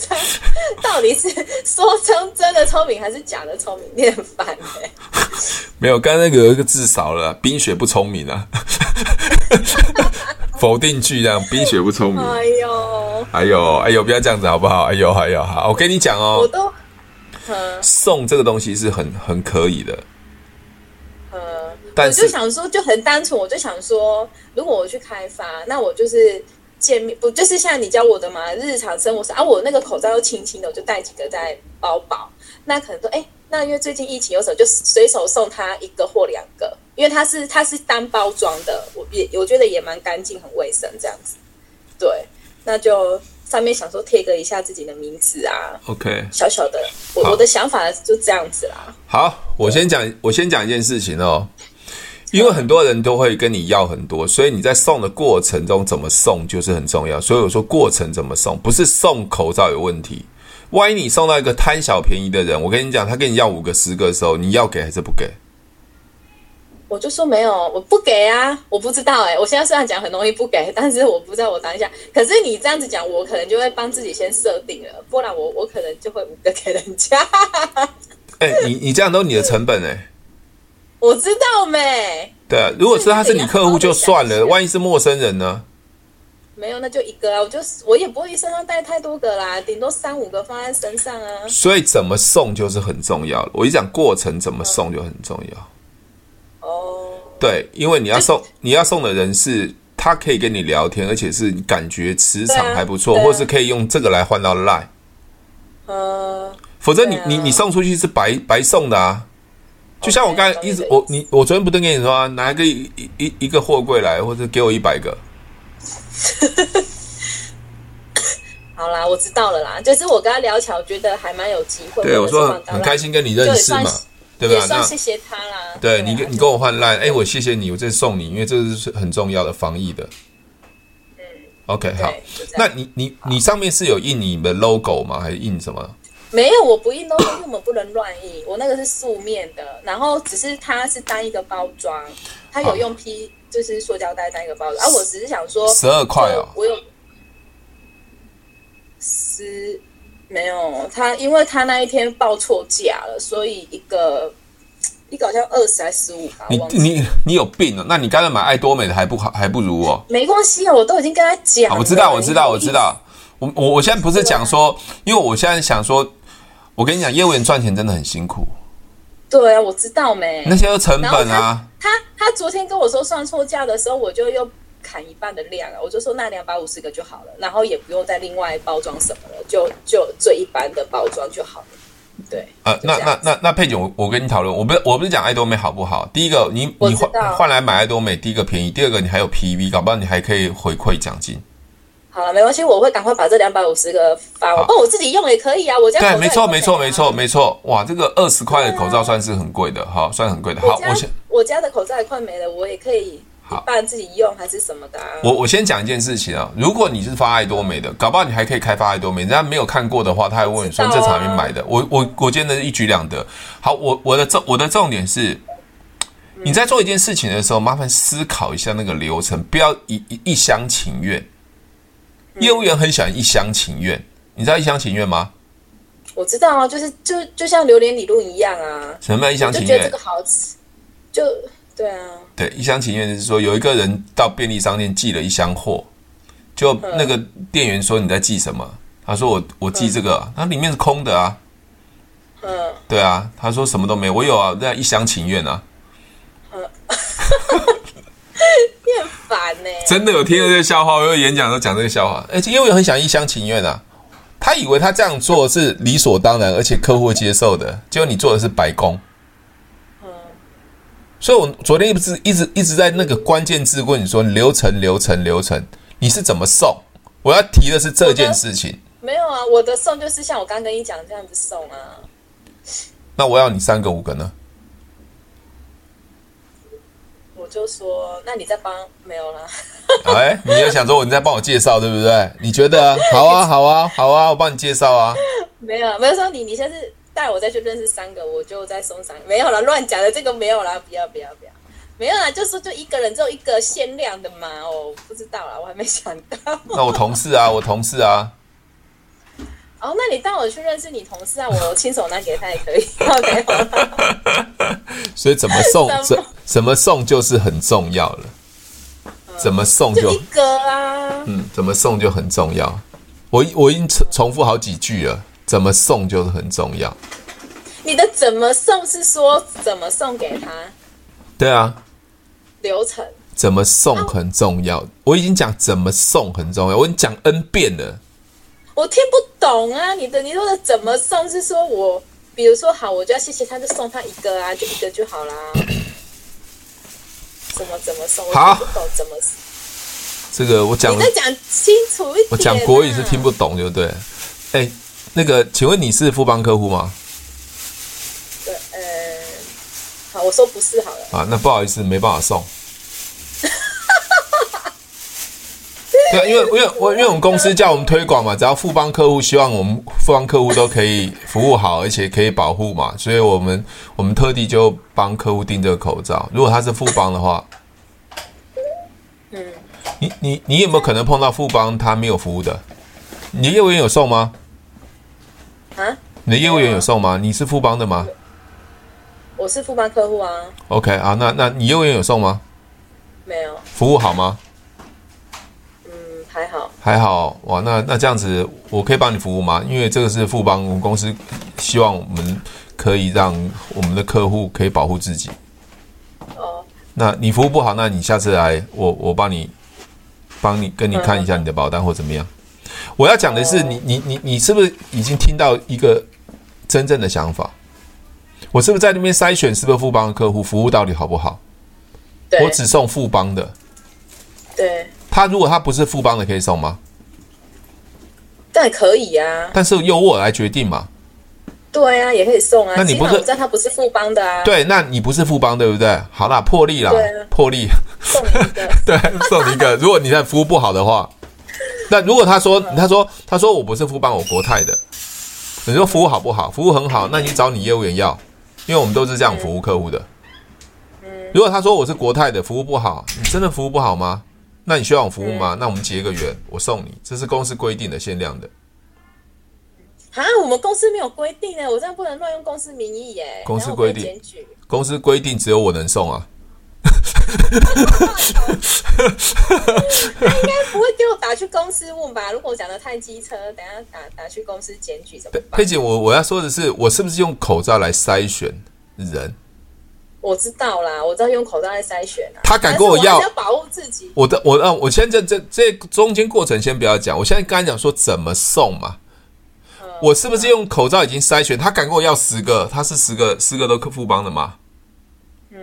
S2: [LAUGHS] 到底是说成真的聪明，还是假的聪明？你很烦哎、
S1: 没有，刚刚那个有一个字少了，冰雪不聪明
S2: [LAUGHS]
S1: 啊，否定句这样，冰雪不聪明。
S2: 哎呦，
S1: 哎呦，哎呦，不要这样子好不好？哎呦，哎呦，好，我跟你讲
S2: 我
S1: 哦，
S2: 都，嗯
S1: 送这个东西是很很可以的，
S2: 嗯。
S1: 但
S2: 我
S1: 呃是
S2: 就想说，就很单纯，我就想说，如果我去开发，那我就是见面，不就是像你教我的嘛？日常生活上啊，我那个口罩又轻轻的，我就带几个在包包。那可能说，哎、那因为最近疫情有什么，就随手送他一个或两个，因为它是它是单包装的，我也我觉得也蛮干净，很卫生这样子。对，那就上面想说贴个一下自己的名字啊，
S1: OK。
S2: 小小的，我
S1: 好
S2: 我的想法就这样子啦。
S1: 好，我先讲，我先讲一件事情哦，因为很多人都会跟你要很多，所以你在送的过程中怎么送就是很重要。所以我说过程怎么送，不是送口罩有问题。万一你送到一个贪小便宜的人，我跟你讲，他跟你要五个、十个的时候，你要给还是不给？
S2: 我就说没有，我不给啊，我不知道哎、我现在虽然讲很容易不给，但是我不知道我当下。可是你这样子讲，我可能就会帮自己先设定了，不然我我可能就会五个给人家。 [LAUGHS]
S1: 哎、你你这样都你的成本哎、
S2: 我知道没？
S1: 对啊，如果是他是你客户就算
S2: 是你要好好地
S1: 了，
S2: 想
S1: 万一是陌生人呢？
S2: 没有，那就一个啊，我就我也不会身上带太多个啦，顶多三五个放在身上啊。
S1: 所以怎么送就是很重要了。我一讲过程怎么送就很重要。
S2: 哦，
S1: 对，因为你要送你要送的人是他可以跟你聊天，而且是感觉磁
S2: 对
S1: 场
S2: 啊
S1: 还不错，
S2: 对啊
S1: 或是可以用这个来换到 line。
S2: 呃，
S1: 否则你、
S2: 对啊
S1: 你你送出去是白白送的啊。就像我刚才一
S2: 哦
S1: 直我你我昨天不对跟你说啊，拿一个一一一一个货柜来，或者给我一百个，
S2: 好啦，我知道了啦。就是我跟他聊起来，我觉得还蛮有机会。
S1: 对我说很很开
S2: 心，
S1: 心跟你认识嘛
S2: 就也算，
S1: 对
S2: 也
S1: 吧？那
S2: 算谢谢他啦。
S1: 对
S2: 啊
S1: 你跟你跟我换 line，哎，我谢谢你，我这送你，因为这是很重要的防疫的。OK，好
S2: 对，就这样
S1: 那你你你上面是有印你们 logo 吗？还是印什么？
S2: 没有，我不印 logo，因为我们不能乱印。我那个是素面的，然后只是它是单一个包装，它有用 P 就是塑胶袋单一个包装。啊，我只是想说，
S1: 啊十二块哦
S2: 就，我有十没有他，因为他那一天报错价了，所以一个一个好像二十还是十五吧，
S1: 你
S2: 我忘记。
S1: 你你有病哦！那你刚才买爱多美的还不好，还不如我。
S2: 没关系啊，我都已经跟他讲
S1: 啊，
S2: 了。
S1: 我知道，我
S2: 你
S1: 知道，我
S2: 一
S1: 知道。我我我现在不是讲说，因为我现在想说，我跟你讲，业务员赚钱真的很辛苦，
S2: 对啊，我知道没
S1: 那。些都成
S2: 然后
S1: 本
S2: 他
S1: 啊。
S2: 他他昨天跟我说算错价的时候，我就又砍一半的量啊，我就说那两百五十个就好了，然后也不用再另外包装什么了，就就最一般的包装就好了。对，
S1: 呃，
S2: 就
S1: 那
S2: 这样
S1: 那那那佩姐，我我跟你讨论，我不是我不是讲爱多美好不好？第一个，你
S2: 我
S1: 你
S2: 知
S1: 换
S2: 道
S1: 换来买爱多美，第一个便宜，第二个你还有 PV，搞不好你还可以回馈奖金。
S2: 好了，没关系，我会赶快把这两百五十个发完，
S1: 好
S2: 哦，我自己用也可以啊，我家
S1: 对，
S2: 口
S1: 没
S2: 袋
S1: 错，
S2: 也
S1: 没
S2: 都
S1: 错，
S2: 没
S1: 没
S2: 啊
S1: 错，。没错。哇，这个二十块的口罩算是很贵的，好，算很贵的。好，
S2: 我
S1: 我
S2: 家
S1: 先
S2: 我家的口罩也快没了，我也可以
S1: 好
S2: 一半自己用还是什么的啊。
S1: 我我先讲一件事情啊，如果你是发爱多美的，搞不好你还可以开发爱多美。人家没有看过的话，他还问你说
S2: 知道啊
S1: 这场面买的。我我我今天的一举两得。好，我我的重我的重点是，
S2: 嗯
S1: 你在做一件事情的时候，麻烦思考一下那个流程，不要一一一厢情愿。
S2: 嗯
S1: 业务员很喜欢一厢情愿，你知道一厢情愿吗？
S2: 我知道啊，就是就就像榴莲理论一样啊，
S1: 什么叫一厢
S2: 就
S1: 情
S2: 觉得这
S1: 愿
S2: 个？好吃，就对啊。
S1: 对，一厢情愿就是说，有一个人到便利商店寄了一箱货，就那个店员说你在寄什么？他说我我寄这个啊，那里面是空的啊。
S2: 嗯，
S1: 对啊，他说什么都没有，我有啊，那一厢情愿啊。
S2: 你很烦呢、
S1: 真的有听了这个笑话，我有演讲都讲这个笑话，而且因为我很想一厢情愿啊。他以为他这样做是理所当然，而且客户接受的，结果你做的是白工。所以我昨天一直一直一直在那个关键字问你说流程流程流程，你是怎么送？我要提的是这件事情。
S2: 没有啊，我的送就是像我刚跟你讲这样子送啊，
S1: 那我要你三个五个呢？ [LAUGHS]
S2: 我就说那你再帮没有啦， [LAUGHS]
S1: 哎，你要想说你在帮我介绍对不对？你觉得啊好啊好啊好啊，我帮你介绍啊。
S2: 没有啦，没有说你你先是带我再去认识三个，我就再送三个，没有啦，乱讲的这个没有啦，不要不要不要，没有啦，就是就一个人只有一个限量的嘛，哦，不知道啦，我还没想到。 [LAUGHS]
S1: 那我同事啊，我同事啊，
S2: 哦，那你带我去认识你同事啊，我亲手拿给他也可以。OK，好 [LAUGHS] 啦
S1: 所以怎么
S2: [LAUGHS]
S1: 送
S2: 什
S1: 怎
S2: 么
S1: 怎么送就是很重要了。怎么送
S2: 就
S1: 就
S2: 一个啊，
S1: 嗯，怎么送就很重要。我我已经重重复好几句了，怎么送就是很重要。
S2: 你的怎么送是说怎么送给他
S1: 对啊，
S2: 流程，
S1: 怎么送很重要。我已经讲怎么送很重要，我已经讲 N 遍了。
S2: 我听不懂啊。你的你说的怎么送是说我，比如说好，我就要谢谢他，就送他一个啊，就一个就
S1: [COUGHS]
S2: 好啦。怎么怎么送？我
S1: 好
S2: 听不懂怎么送。
S1: 这个我讲
S2: 你再讲清楚一点、啊。
S1: 我讲国语是听不懂，对不对？哎，那个，请问你是富邦客户吗？
S2: 对，呃，好，我说不是好了。
S1: 啊，那不好意思，没办法送。对啊，因为因为我因为我们公司叫我们推广嘛，只要富邦客户希望我们富邦客户都可以服务好，而且可以保护嘛，所以我们我们特地就帮客户订这个口罩。如果他是富邦的话，
S2: 嗯，
S1: 你你你有没有可能碰到富邦他没有服务的？你的业务员有送吗？
S2: 啊，
S1: 你的业务员有送吗？你是富邦的吗
S2: 我是富邦客户啊，
S1: ？OK 啊，那那你业务员有送吗？
S2: 没有，
S1: 服务好吗？
S2: 嗯，还好。
S1: 还好哇，那那这样子我可以帮你服务吗？因为这个是富邦我们公司希望我们可以让我们的客户可以保护自己。
S2: 哦，
S1: 那你服务不好，那你下次来我我帮你帮你跟你看一下你的保单或怎么样。我要讲的是，你你你你是不是已经听到一个真正的想法？我是不是在那边筛选是不是富邦的客户服务到底好不好？
S2: 对，
S1: 我只送富邦的，
S2: 对，
S1: 他如果他不是富邦的可以送吗？
S2: 但可以啊，
S1: 但是由我来决定嘛。
S2: 对啊，也可以送啊。
S1: 那你
S2: 起
S1: 不
S2: 码
S1: 是
S2: 我知道他不是富邦的啊，
S1: 对，那你不是富邦对不对？好啦，破例啦
S2: 对啊，
S1: 破例， [LAUGHS]
S2: 送你一个。
S1: 对，送你一个。如果你在服务不好的话，那如果他说他说他说我不是富邦，我国泰的，你说服务好不好？服务很好，那你找你业务员要，因为我们都是这样服务客户的。如果他说我是国泰的，服务不好，你真的服务不好吗？那你需要我服务吗？那我们结个缘，我送你，这是公司规定的限量的。
S2: 啊，我们公司没有规定呢，我这样不能乱用公司名义耶。
S1: 公司
S2: 然后我
S1: 规
S2: 被
S1: 定
S2: 检举。
S1: 公司规定只有我能送啊，
S2: 应该不会给我打去公司问吧？如果我讲的太机车，等一下打打去公司检举怎么办？
S1: 佩姐，我我要说的是，我是不是用口罩来筛选人？
S2: 我知道啦，我知道用口罩来筛选啊。
S1: 他敢
S2: 但
S1: 跟
S2: 是
S1: 我
S2: 我
S1: 要
S2: 还是要保护自己。
S1: 我的我让我先这这这中间过程先不要讲，我现在刚才讲说怎么送嘛，
S2: 嗯
S1: 我是不是用口罩已经筛选？他敢跟我要十个，他是十个十个都客富邦的吗？
S2: 嗯，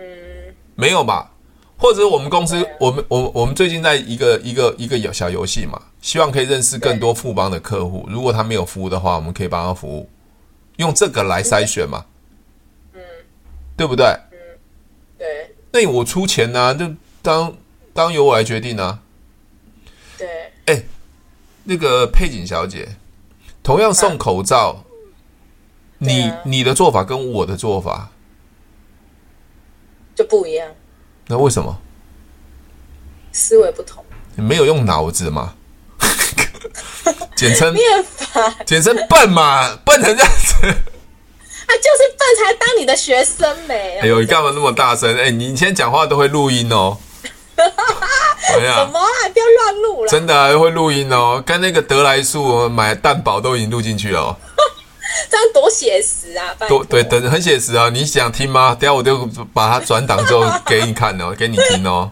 S1: 没有吧？或者我们公司
S2: 对啊，
S1: 我们我们我们最近在一个一个一个游小游戏嘛，希望可以认识更多富邦的客户。如果他没有服务的话，我们可以帮他服务，用这个
S2: 嗯
S1: 来筛选嘛，对不对？
S2: 对
S1: 那我出钱呐、啊，就当当由我来决定啊。
S2: 对，
S1: 那个佩锦小姐，同样送口罩，
S2: 对
S1: 你
S2: 啊
S1: 你的做法跟我的做法，
S2: 就不一样，
S1: 那为什么
S2: 思维不同。
S1: 你没有用脑子嘛？ [LAUGHS] 简称
S2: 你很烦，
S1: 简称笨嘛，笨成这样
S2: [LAUGHS]
S1: 子。
S2: 他就是笨才当你的学生没、
S1: 哎呦，你干嘛那么大声？哎，你以前讲话都会录音
S2: [LAUGHS]
S1: 哦。哎
S2: 怎
S1: 呀，
S2: 么啊？不要乱录啦！
S1: 真的啊、会录音哦，跟那个德来树买蛋堡都已经录进去了哦。
S2: 这样多写实啊！拜 [LAUGHS]
S1: 多
S2: 托
S1: 对，等很写实啊！你想听吗？等一下我就把它转档之后给你看哦，给你听哦。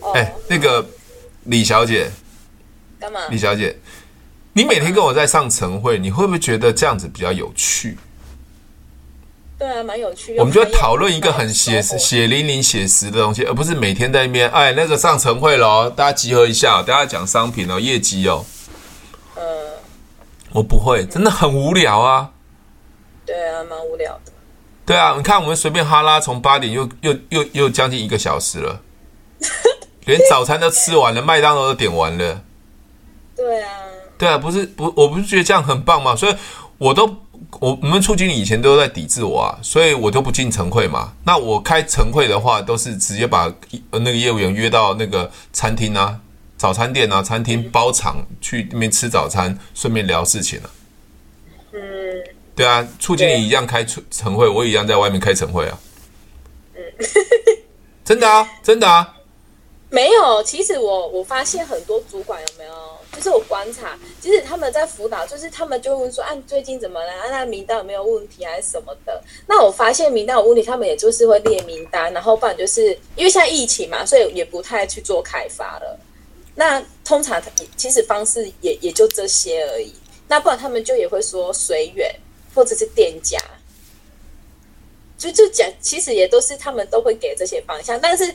S2: 哦
S1: 哎、那个李小姐，
S2: 干嘛？
S1: 李小姐，你每天跟我在上晨会，你会不会觉得这样子比较有趣？
S2: 对啊，蛮有趣。
S1: 我们就会
S2: 又
S1: 讨论一个很写实、血淋淋、写实的东西，而不是每天在那边哎，那个上晨会喽，大家集合一下，大家讲商品哦、业绩哦。
S2: 呃，
S1: 我不会，真的很无聊啊。
S2: 对啊，蛮无聊的。
S1: 对啊，你看我们随便哈拉，从八点又又又又将近一个小时了，连早餐都吃完了，麦当劳都点完了。
S2: 对啊，
S1: 对啊，不是不，我不是觉得这样很棒吗？所以我都我我们处经理以前都在抵制我啊，所以我都不进晨会嘛。那我开晨会的话，都是直接把呃那个业务员约到那个餐厅啊、早餐店啊、餐厅包场去那边吃早餐，顺便聊事情啊。
S2: 嗯，
S1: 对啊，处经理一样开处晨会，我也一样在外面开晨会啊。
S2: 嗯
S1: 真的啊，真的啊，
S2: 没有。其实我我发现很多主管有没有，就是我观察，其实他们在辅导，就是他们就问说，啊，你最近怎么了？啊，那名单有没有问题还是什么的？那我发现名单有问题，啊他们也就是会列名单，然后不然就是因为现在疫情嘛，所以也不太去做开发了。那通常他其实方式也也就这些而已。那不然他们就也会说随缘，或者是店家，就就讲，其实也都是他们都会给这些方向，但是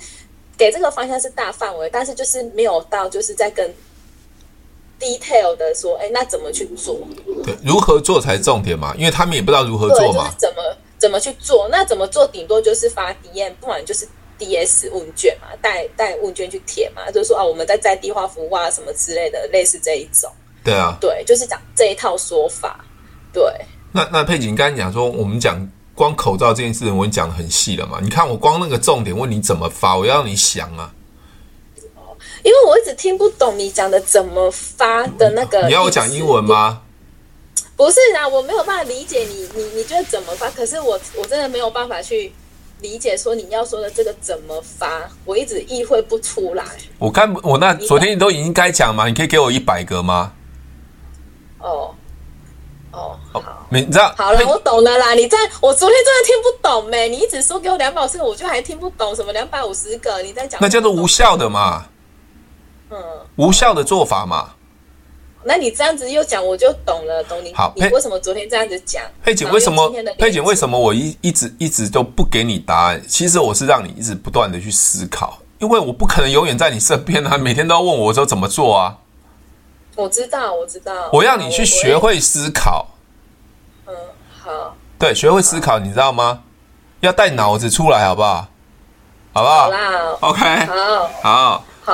S2: 给这个方向是大范围，但是就是没有到就是在跟 detail 的说，哎，那怎么去做？
S1: 对，如何做才是重点嘛，因为他们也不知道如何
S2: 对，
S1: 做
S2: 就是
S1: 嘛。
S2: 怎么怎么去做？那怎么做？顶多就是发 DM，不然就是 DS 问卷嘛，带带问卷去填嘛，就是说啊，我们在在地化服务啊什么之类的，类似这一种。
S1: 对啊，
S2: 对，就是讲这一套说法。对，
S1: 那那佩锦刚才讲说，我们讲光口罩这件事情，我已经讲的很细了嘛。你看我光那个重点问你怎么发，我要让你想啊。
S2: 因为我一直听不懂你讲的怎么发的那个。
S1: 你要我讲英文？吗？
S2: 不是啊，我没有办法理解你，你你觉得怎么发？可是我我真的没有办法去理解说你要说的这个怎么发，我一直意会不出来。
S1: 我刚我那昨天你都已经该讲嘛，你可以给我一百个吗？
S2: 哦，哦，好。
S1: 你知道？
S2: 好了
S1: 佩，
S2: 我懂了啦。你这样，我昨天真的听不懂没、你一直说给我两百五十个，我就还听不懂什么两百五十个。你在讲
S1: 那叫做无效的嘛，
S2: 嗯，
S1: 无效的做法嘛。
S2: 那你这样子又讲，我就懂了，懂你。
S1: 好
S2: 你
S1: 佩
S2: 为什么昨天这样子讲？
S1: 佩姐为什么？佩姐为
S2: 么？
S1: 什么我一一直一直都不给你答案？其实我是让你一直不断的去思考，因为我不可能永远在你身边啊，每天都要问我说怎么做啊。
S2: 我知道，我知道。
S1: 我要你去学
S2: 我。
S1: 会思考，
S2: 我嗯，好，
S1: 对，学会思考，你知道吗？要带脑子出来，好不好？好不
S2: 好
S1: 好
S2: 啦，
S1: ？OK，
S2: 好。
S1: 好，
S2: 好